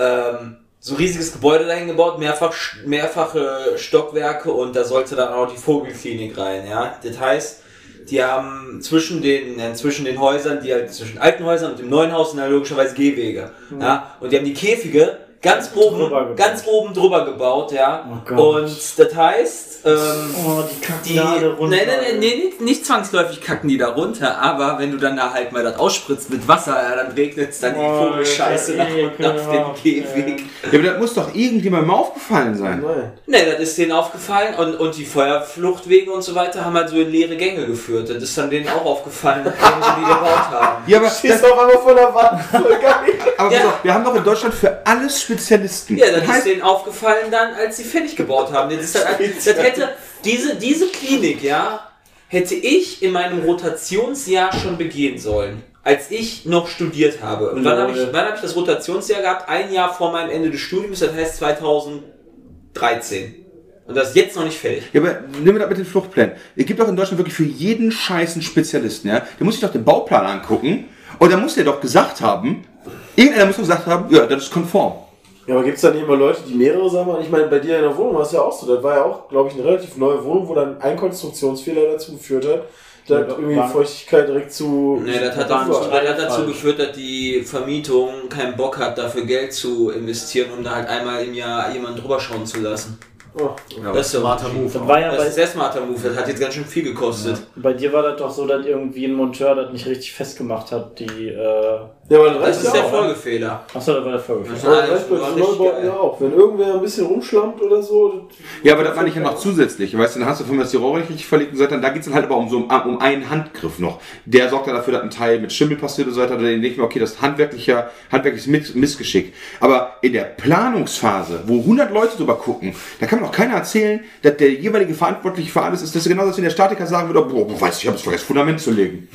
[SPEAKER 3] ähm, so ein riesiges Gebäude dahin gebaut, mehrfach, mehrfache Stockwerke und da sollte dann auch die Vogelklinik rein. Ja? Das heißt, die haben zwischen den, äh, zwischen den Häusern, die halt zwischen alten Häusern und dem neuen Haus sind ja logischerweise Gehwege. Ja? Und die haben die Käfige ganz oben,
[SPEAKER 4] Mhm. Drüber gebaut.
[SPEAKER 3] ganz oben drüber gebaut, ja.
[SPEAKER 4] Oh Gott.
[SPEAKER 3] und Also, das heißt, ähm,
[SPEAKER 4] Oh, die kacken
[SPEAKER 3] die,
[SPEAKER 4] da alle runter.
[SPEAKER 3] Nein, nein, nein, nee, nicht, nicht zwangsläufig kacken die da runter, aber wenn du dann da halt mal das ausspritzt mit Wasser, ja, dann regnet es dann
[SPEAKER 4] Oh,
[SPEAKER 3] die Vogelscheiße
[SPEAKER 4] ja,
[SPEAKER 3] nach unten
[SPEAKER 4] ekelhaft,
[SPEAKER 3] auf den Käfig.
[SPEAKER 4] ey.
[SPEAKER 5] Ja, aber das muss doch irgendjemandem aufgefallen sein.
[SPEAKER 6] Nein.
[SPEAKER 3] Ne, das ist denen aufgefallen und, und die Feuerfluchtwege und so weiter haben halt so in leere Gänge geführt. Das ist dann denen auch aufgefallen, nachdem sie die gebaut haben.
[SPEAKER 5] Ja, aber,
[SPEAKER 6] Schießt auf einmal von der Wand, voll geil.
[SPEAKER 5] aber
[SPEAKER 3] Ja.
[SPEAKER 5] pass auf, wir haben doch in Deutschland für alles Spezialisten.
[SPEAKER 3] Ja, das ist
[SPEAKER 5] heißt,
[SPEAKER 3] denen aufgefallen dann, als sie fertig gebaut haben. Das, ist halt, das hätte, diese, diese Klinik, ja, hätte ich in meinem Rotationsjahr schon begehen sollen. Als ich noch studiert habe. Und wann habe ich, wann habe ich das Rotationsjahr gehabt? Ein Jahr vor meinem Ende des Studiums, das heißt 2013. Und das ist jetzt noch nicht fertig.
[SPEAKER 5] ja, aber nehmen wir das mit den Fluchtplänen. Es gibt doch in Deutschland wirklich für jeden Scheiß einen Spezialisten, ja? Der muss sich doch den Bauplan angucken und da muss der doch gesagt haben, irgendeiner muss doch gesagt haben, ja, das ist konform.
[SPEAKER 6] Ja, aber gibt es da nicht immer Leute, die mehrere Sachen machen? Ich meine, bei dir in der Wohnung war es ja auch so. Das war ja auch, glaube ich, eine relativ neue Wohnung, wo dann ein Konstruktionsfehler dazu geführt hat, dass irgendwie
[SPEAKER 4] Bank.
[SPEAKER 6] Feuchtigkeit direkt zu.
[SPEAKER 3] Nee, das hat,
[SPEAKER 6] Bank-
[SPEAKER 3] dazu, das hat dazu
[SPEAKER 4] Fall.
[SPEAKER 3] geführt, dass die Vermietung keinen Bock hat, dafür Geld zu investieren, um da halt einmal im Jahr jemanden drüber schauen zu lassen.
[SPEAKER 6] Oh.
[SPEAKER 3] das ist so
[SPEAKER 4] Das war ja
[SPEAKER 3] Das
[SPEAKER 4] bei,
[SPEAKER 3] ist der smarter Move, das hat jetzt ganz schön viel gekostet.
[SPEAKER 4] bei dir war das doch so, dass irgendwie ein Monteur das nicht richtig festgemacht hat, die äh,
[SPEAKER 6] Ja, aber das
[SPEAKER 3] Das
[SPEAKER 6] reicht
[SPEAKER 3] ist
[SPEAKER 6] ja
[SPEAKER 3] der
[SPEAKER 6] auch.
[SPEAKER 3] Folgefehler.
[SPEAKER 4] Achso, da war der Folge.
[SPEAKER 6] Ja, das reicht bei
[SPEAKER 3] Ja,
[SPEAKER 6] den
[SPEAKER 3] richtig
[SPEAKER 6] Neubauten
[SPEAKER 3] geil.
[SPEAKER 6] ja auch. Wenn irgendwer ein bisschen rumschlampt oder so.
[SPEAKER 5] Ja, aber das meine ich ja noch zusätzlich. Weißt du, dann hast du von mir, dass die Rohre nicht richtig verlegt und so weiter. Da geht's dann halt aber um so um, um einen Handgriff noch. Der sorgt dann dafür, dass ein Teil mit Schimmel passiert und so weiter. Dann denke ich mir, okay, das ist handwerklicher, handwerkliches Miss- Missgeschick. Aber in der Planungsphase, wo 100 Leute drüber gucken, da kann mir doch keiner erzählen, dass der jeweilige Verantwortliche für alles ist. Das ist genauso, als wenn der Statiker sagen würde, boah, boah, weiß ich, ich habe es vergessen, Fundament zu legen.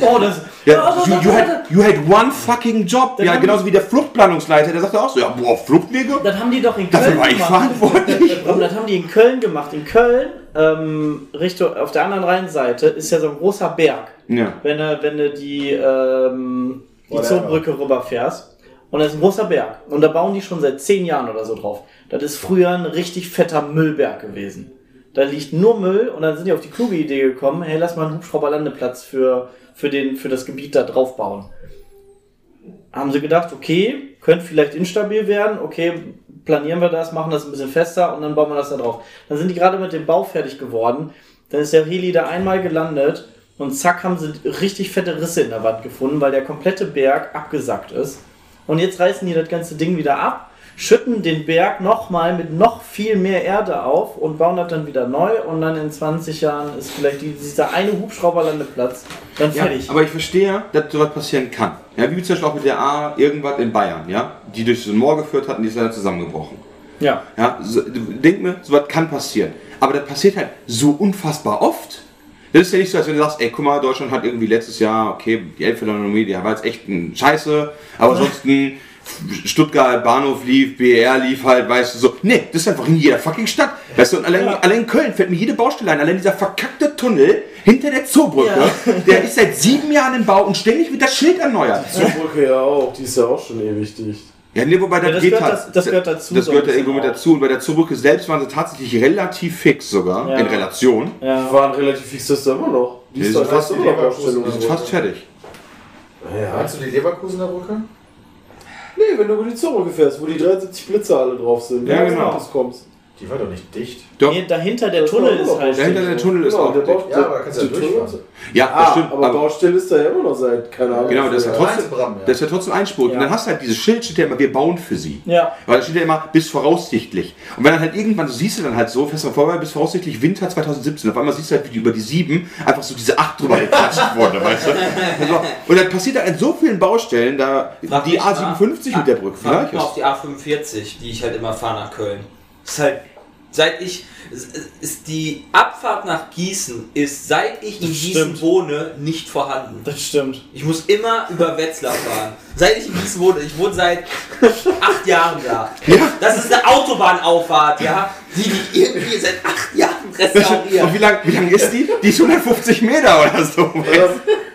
[SPEAKER 4] Oh, das.
[SPEAKER 5] Ja, you, you, had, you had one fucking job. Ja,
[SPEAKER 4] haben-
[SPEAKER 5] genauso wie der Fluchtplanungsleiter, der sagt auch so, ja, boah, Fluchtwege?
[SPEAKER 4] Das haben die doch in
[SPEAKER 5] Dafür
[SPEAKER 4] Köln
[SPEAKER 5] Also war ich
[SPEAKER 4] gemacht.
[SPEAKER 5] verantwortlich.
[SPEAKER 4] Und das haben die in Köln gemacht. In Köln, ähm, Richtung, auf der anderen Rheinseite, ist ja so ein großer Berg.
[SPEAKER 5] Ja.
[SPEAKER 4] Wenn du, wenn du die, ähm, die
[SPEAKER 2] Whatever.
[SPEAKER 4] Zoobrücke rüberfährst. Und das ist ein großer Berg. Und da bauen die schon seit zehn Jahren oder so drauf. Das ist früher ein richtig fetter Müllberg gewesen. Da liegt nur Müll und dann sind die auf die kluge Idee gekommen, hey, lass mal einen Hubschrauberlandeplatz für, für, den, für das Gebiet da drauf bauen haben sie gedacht, okay, könnte vielleicht instabil werden, okay, planieren wir das, machen das ein bisschen fester und dann bauen wir das da drauf. Dann sind die gerade mit dem Bau fertig geworden, dann ist der Heli da einmal gelandet und zack haben sie richtig fette Risse in der Wand gefunden, weil der komplette Berg abgesackt ist. Und jetzt reißen die das ganze Ding wieder ab, schütten den Berg nochmal mit noch viel mehr Erde auf und bauen das dann wieder neu und dann in 20 Jahren ist vielleicht die- dieser eine Hubschrauberlandeplatz dann
[SPEAKER 5] Ja,
[SPEAKER 4] fertig.
[SPEAKER 5] aber ich verstehe, dass sowas passieren kann. Ja, wie zum Beispiel auch mit der A irgendwas in Bayern, ja, die durch den Moor geführt hat und die ist leider zusammengebrochen.
[SPEAKER 4] ja.
[SPEAKER 5] Ja, so, denk mir, sowas kann passieren. Aber das passiert halt so unfassbar oft. Das ist ja nicht so, als wenn du sagst, ey, guck mal, Deutschland hat irgendwie letztes Jahr, okay, die Elbphilharmonie, die war jetzt echt ein Scheiße, aber ansonsten Stuttgart, Bahnhof lief, BR lief halt, weißt du, so. Nee, das ist einfach in jeder fucking Stadt. Weißt du, und allein, allein in Köln fällt mir jede Baustelle ein, allein dieser verkackte Tunnel hinter der Zoobrücke, der ist seit sieben Jahren im Bau und ständig wird das Schild erneuert.
[SPEAKER 6] Die Brücke ja auch. Die ist ja auch schon ewig dicht.
[SPEAKER 5] Ja, nee, wobei das,
[SPEAKER 4] das
[SPEAKER 5] geht
[SPEAKER 4] gehört
[SPEAKER 5] halt.
[SPEAKER 4] das- das gehört dazu
[SPEAKER 5] Das
[SPEAKER 4] so
[SPEAKER 5] gehört
[SPEAKER 4] ein
[SPEAKER 5] da
[SPEAKER 4] bisschen
[SPEAKER 5] irgendwo mit
[SPEAKER 4] auch.
[SPEAKER 5] dazu. Und bei der Zurbrücke selbst waren sie tatsächlich relativ fix sogar,
[SPEAKER 4] Ja.
[SPEAKER 5] in Relation.
[SPEAKER 4] ja.
[SPEAKER 6] Die waren relativ fix, das ist da immer noch.
[SPEAKER 5] Die
[SPEAKER 6] Die ist
[SPEAKER 5] sind
[SPEAKER 6] da
[SPEAKER 5] fast,
[SPEAKER 6] fast immer noch
[SPEAKER 5] die
[SPEAKER 6] Baustelle.
[SPEAKER 5] sind fast fertig.
[SPEAKER 6] Ja.
[SPEAKER 2] Hast du die Leverkusener Brücke?
[SPEAKER 6] Nee, wenn du über die Zoobrücke fährst, wo die 73 Blitze alle drauf sind.
[SPEAKER 5] Ja,
[SPEAKER 6] wenn du
[SPEAKER 5] genau.
[SPEAKER 6] aus Autos kommst.
[SPEAKER 2] Die war doch nicht dicht.
[SPEAKER 5] Doch.
[SPEAKER 4] Nee, dahinter der
[SPEAKER 6] Das
[SPEAKER 4] Tunnel
[SPEAKER 6] war
[SPEAKER 4] ist
[SPEAKER 6] auch
[SPEAKER 4] halt.
[SPEAKER 5] Dahinter der Tunnel ist
[SPEAKER 6] Genau,
[SPEAKER 5] auch
[SPEAKER 6] der
[SPEAKER 5] dicht.
[SPEAKER 6] Bau-
[SPEAKER 2] Ja, aber kannst ja
[SPEAKER 6] die Tür-
[SPEAKER 2] durchfahren.
[SPEAKER 5] Ja, das
[SPEAKER 6] Ah,
[SPEAKER 5] stimmt.
[SPEAKER 6] aber,
[SPEAKER 5] Aber
[SPEAKER 6] Baustelle ist da ja immer noch seit, keine Ahnung.
[SPEAKER 5] genau, das ist ja
[SPEAKER 6] ja
[SPEAKER 5] trotzdem,
[SPEAKER 2] Einzelbram, ja.
[SPEAKER 5] das ist ja trotzdem einspurig.
[SPEAKER 4] Ja.
[SPEAKER 5] Und dann hast du halt dieses Schild, steht ja immer, wir bauen für sie.
[SPEAKER 4] Ja.
[SPEAKER 5] Weil da steht ja immer, bis voraussichtlich. Und wenn dann halt irgendwann, so siehst du dann halt so, fährst du vorbei, bis voraussichtlich Winter 2017. Auf einmal siehst du halt, wie die über die sieben einfach so diese acht drüber geklatscht wurde, weißt du? Also, und dann passiert halt an so vielen Baustellen, da
[SPEAKER 3] Frag
[SPEAKER 5] die
[SPEAKER 3] mich mal-
[SPEAKER 5] A57 mit der Brücke ne?
[SPEAKER 3] Frag
[SPEAKER 5] vielleicht
[SPEAKER 3] mich mal auf die A45, die ich halt immer fahre nach Köln. Ist halt, seit ich, ist- ist die Abfahrt nach Gießen ist, seit ich in
[SPEAKER 4] Das
[SPEAKER 3] Gießen
[SPEAKER 4] stimmt.
[SPEAKER 3] wohne, nicht vorhanden.
[SPEAKER 4] Das stimmt.
[SPEAKER 3] Ich muss immer über Wetzlar fahren. Seit ich in Gießen wohne, ich wohne seit acht Jahren da. Das ist eine Autobahnauffahrt, ja, die die irgendwie seit acht Jahren
[SPEAKER 5] Und wie
[SPEAKER 3] restaurieren.
[SPEAKER 5] lang, wie lang ist die? Die ist 150 Meter oder so.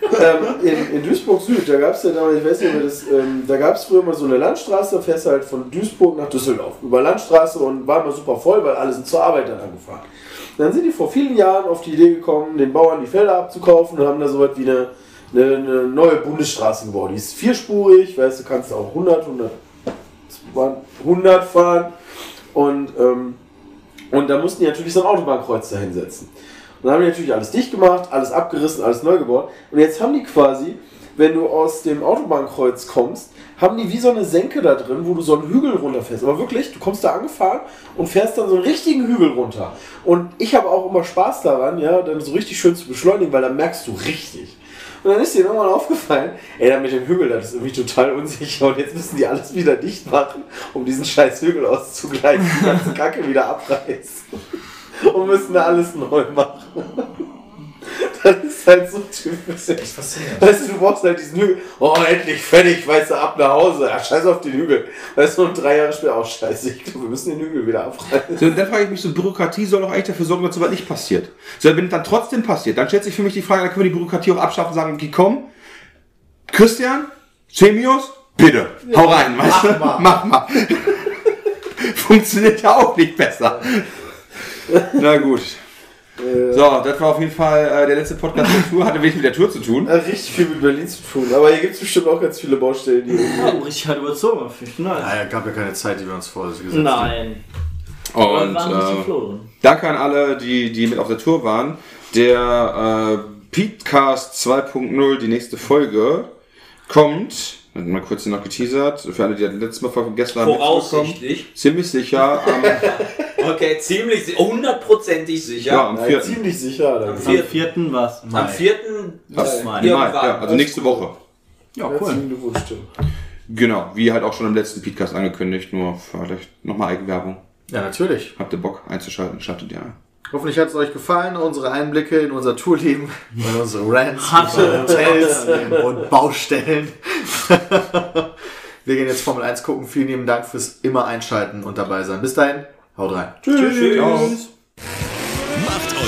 [SPEAKER 6] ähm, in, in Duisburg Süd, da gab es ja damals, ich weiß nicht, mehr, das, ähm, da gab es früher mal so eine Landstraße, da fährst du halt von Duisburg nach Düsseldorf über Landstraße und war immer super voll, weil alle sind zur Arbeit dann angefahren. Dann sind die vor vielen Jahren auf die Idee gekommen, den Bauern die Felder abzukaufen und haben da so was wie eine, eine, eine neue Bundesstraße gebaut. Die ist vierspurig, weißt du, kannst auch 100, 100, 100 fahren und, ähm, und da mussten die natürlich so ein Autobahnkreuz dahin setzen. Und dann haben die natürlich alles dicht gemacht, alles abgerissen, alles neu gebaut. Und jetzt haben die quasi, wenn du aus dem Autobahnkreuz kommst, haben die wie so eine Senke da drin, wo du so einen Hügel runterfährst. Aber wirklich, du kommst da angefahren und fährst dann so einen richtigen Hügel runter. Und ich habe auch immer Spaß daran, ja, dann so richtig schön zu beschleunigen, weil dann merkst du richtig. Und dann ist dir irgendwann aufgefallen, ey, da mit dem Hügel, das ist irgendwie total unsicher. Und jetzt müssen die alles wieder dicht machen, um diesen scheiß Hügel auszugleichen, die ganze Kacke wieder abreißt und müssen da alles neu machen. Das ist halt so typisch.
[SPEAKER 2] Faszinierend.
[SPEAKER 6] Weißt du, du brauchst halt diesen Hügel. Oh, endlich fertig, weißt du, ab nach Hause. Ja, scheiß auf den Hügel. Weißt du, und drei Jahre später auch scheiße. Ich glaube, wir müssen den Hügel wieder abreißen.
[SPEAKER 5] So, und dann frage ich mich so, Bürokratie soll doch eigentlich dafür sorgen, dass sowas nicht passiert. So, wenn dann trotzdem passiert, dann stellt sich für mich die Frage, dann können wir die Bürokratie auch abschaffen und sagen, okay, komm, Christian, Chemios, bitte, hau rein, weißt du?
[SPEAKER 2] mal.
[SPEAKER 5] Mach mal. Funktioniert ja auch nicht besser. Na gut. So, das war auf jeden Fall äh, der letzte Podcast der Tour, hatte wenig mit der Tour zu tun.
[SPEAKER 6] Hat richtig viel mit Berlin zu tun. Aber hier gibt es bestimmt auch ganz viele Baustellen, die.
[SPEAKER 4] Ja, richtig halt überzogen. Finde ich nice.
[SPEAKER 2] Naja, gab ja keine Zeit, die wir uns vorgesetzt haben.
[SPEAKER 4] Nein.
[SPEAKER 5] Und,
[SPEAKER 4] waren nicht im
[SPEAKER 5] äh,
[SPEAKER 4] Flow drin.
[SPEAKER 5] Danke an alle, die, die mit auf der Tour waren. Der äh, Petecast 2.0, die nächste Folge, kommt. Hat Mal kurz noch geteasert. Für alle, die das letzte Mal vergessen haben.
[SPEAKER 3] Voraussichtlich.
[SPEAKER 5] Ziemlich sicher. Am,
[SPEAKER 3] Okay, ziemlich, si- hundertprozentig sicher.
[SPEAKER 5] ja, am
[SPEAKER 6] Nein,
[SPEAKER 5] 4.
[SPEAKER 6] ziemlich sicher. Alter.
[SPEAKER 4] Am
[SPEAKER 3] Vier-
[SPEAKER 4] vierten war es.
[SPEAKER 3] Am vierten
[SPEAKER 5] Was?
[SPEAKER 3] Mai.
[SPEAKER 5] Mai, ja, also nächste Woche.
[SPEAKER 4] Ja,
[SPEAKER 6] Herzlichen Glückwunsch, Tim.
[SPEAKER 5] Genau, wie halt auch schon im letzten Podcast angekündigt, nur vielleicht nochmal Eigenwerbung.
[SPEAKER 2] Ja, natürlich.
[SPEAKER 5] Habt ihr Bock einzuschalten? Schaltet ja. ein.
[SPEAKER 2] Hoffentlich hat es euch gefallen, unsere Einblicke in unser Tourleben und unsere Rants, unsere Hotels und Baustellen. Wir gehen jetzt Formel 1 gucken. Vielen lieben Dank fürs immer einschalten und dabei sein. Bis dahin, haut rein. Tschüss. Tschüss.
[SPEAKER 7] Macht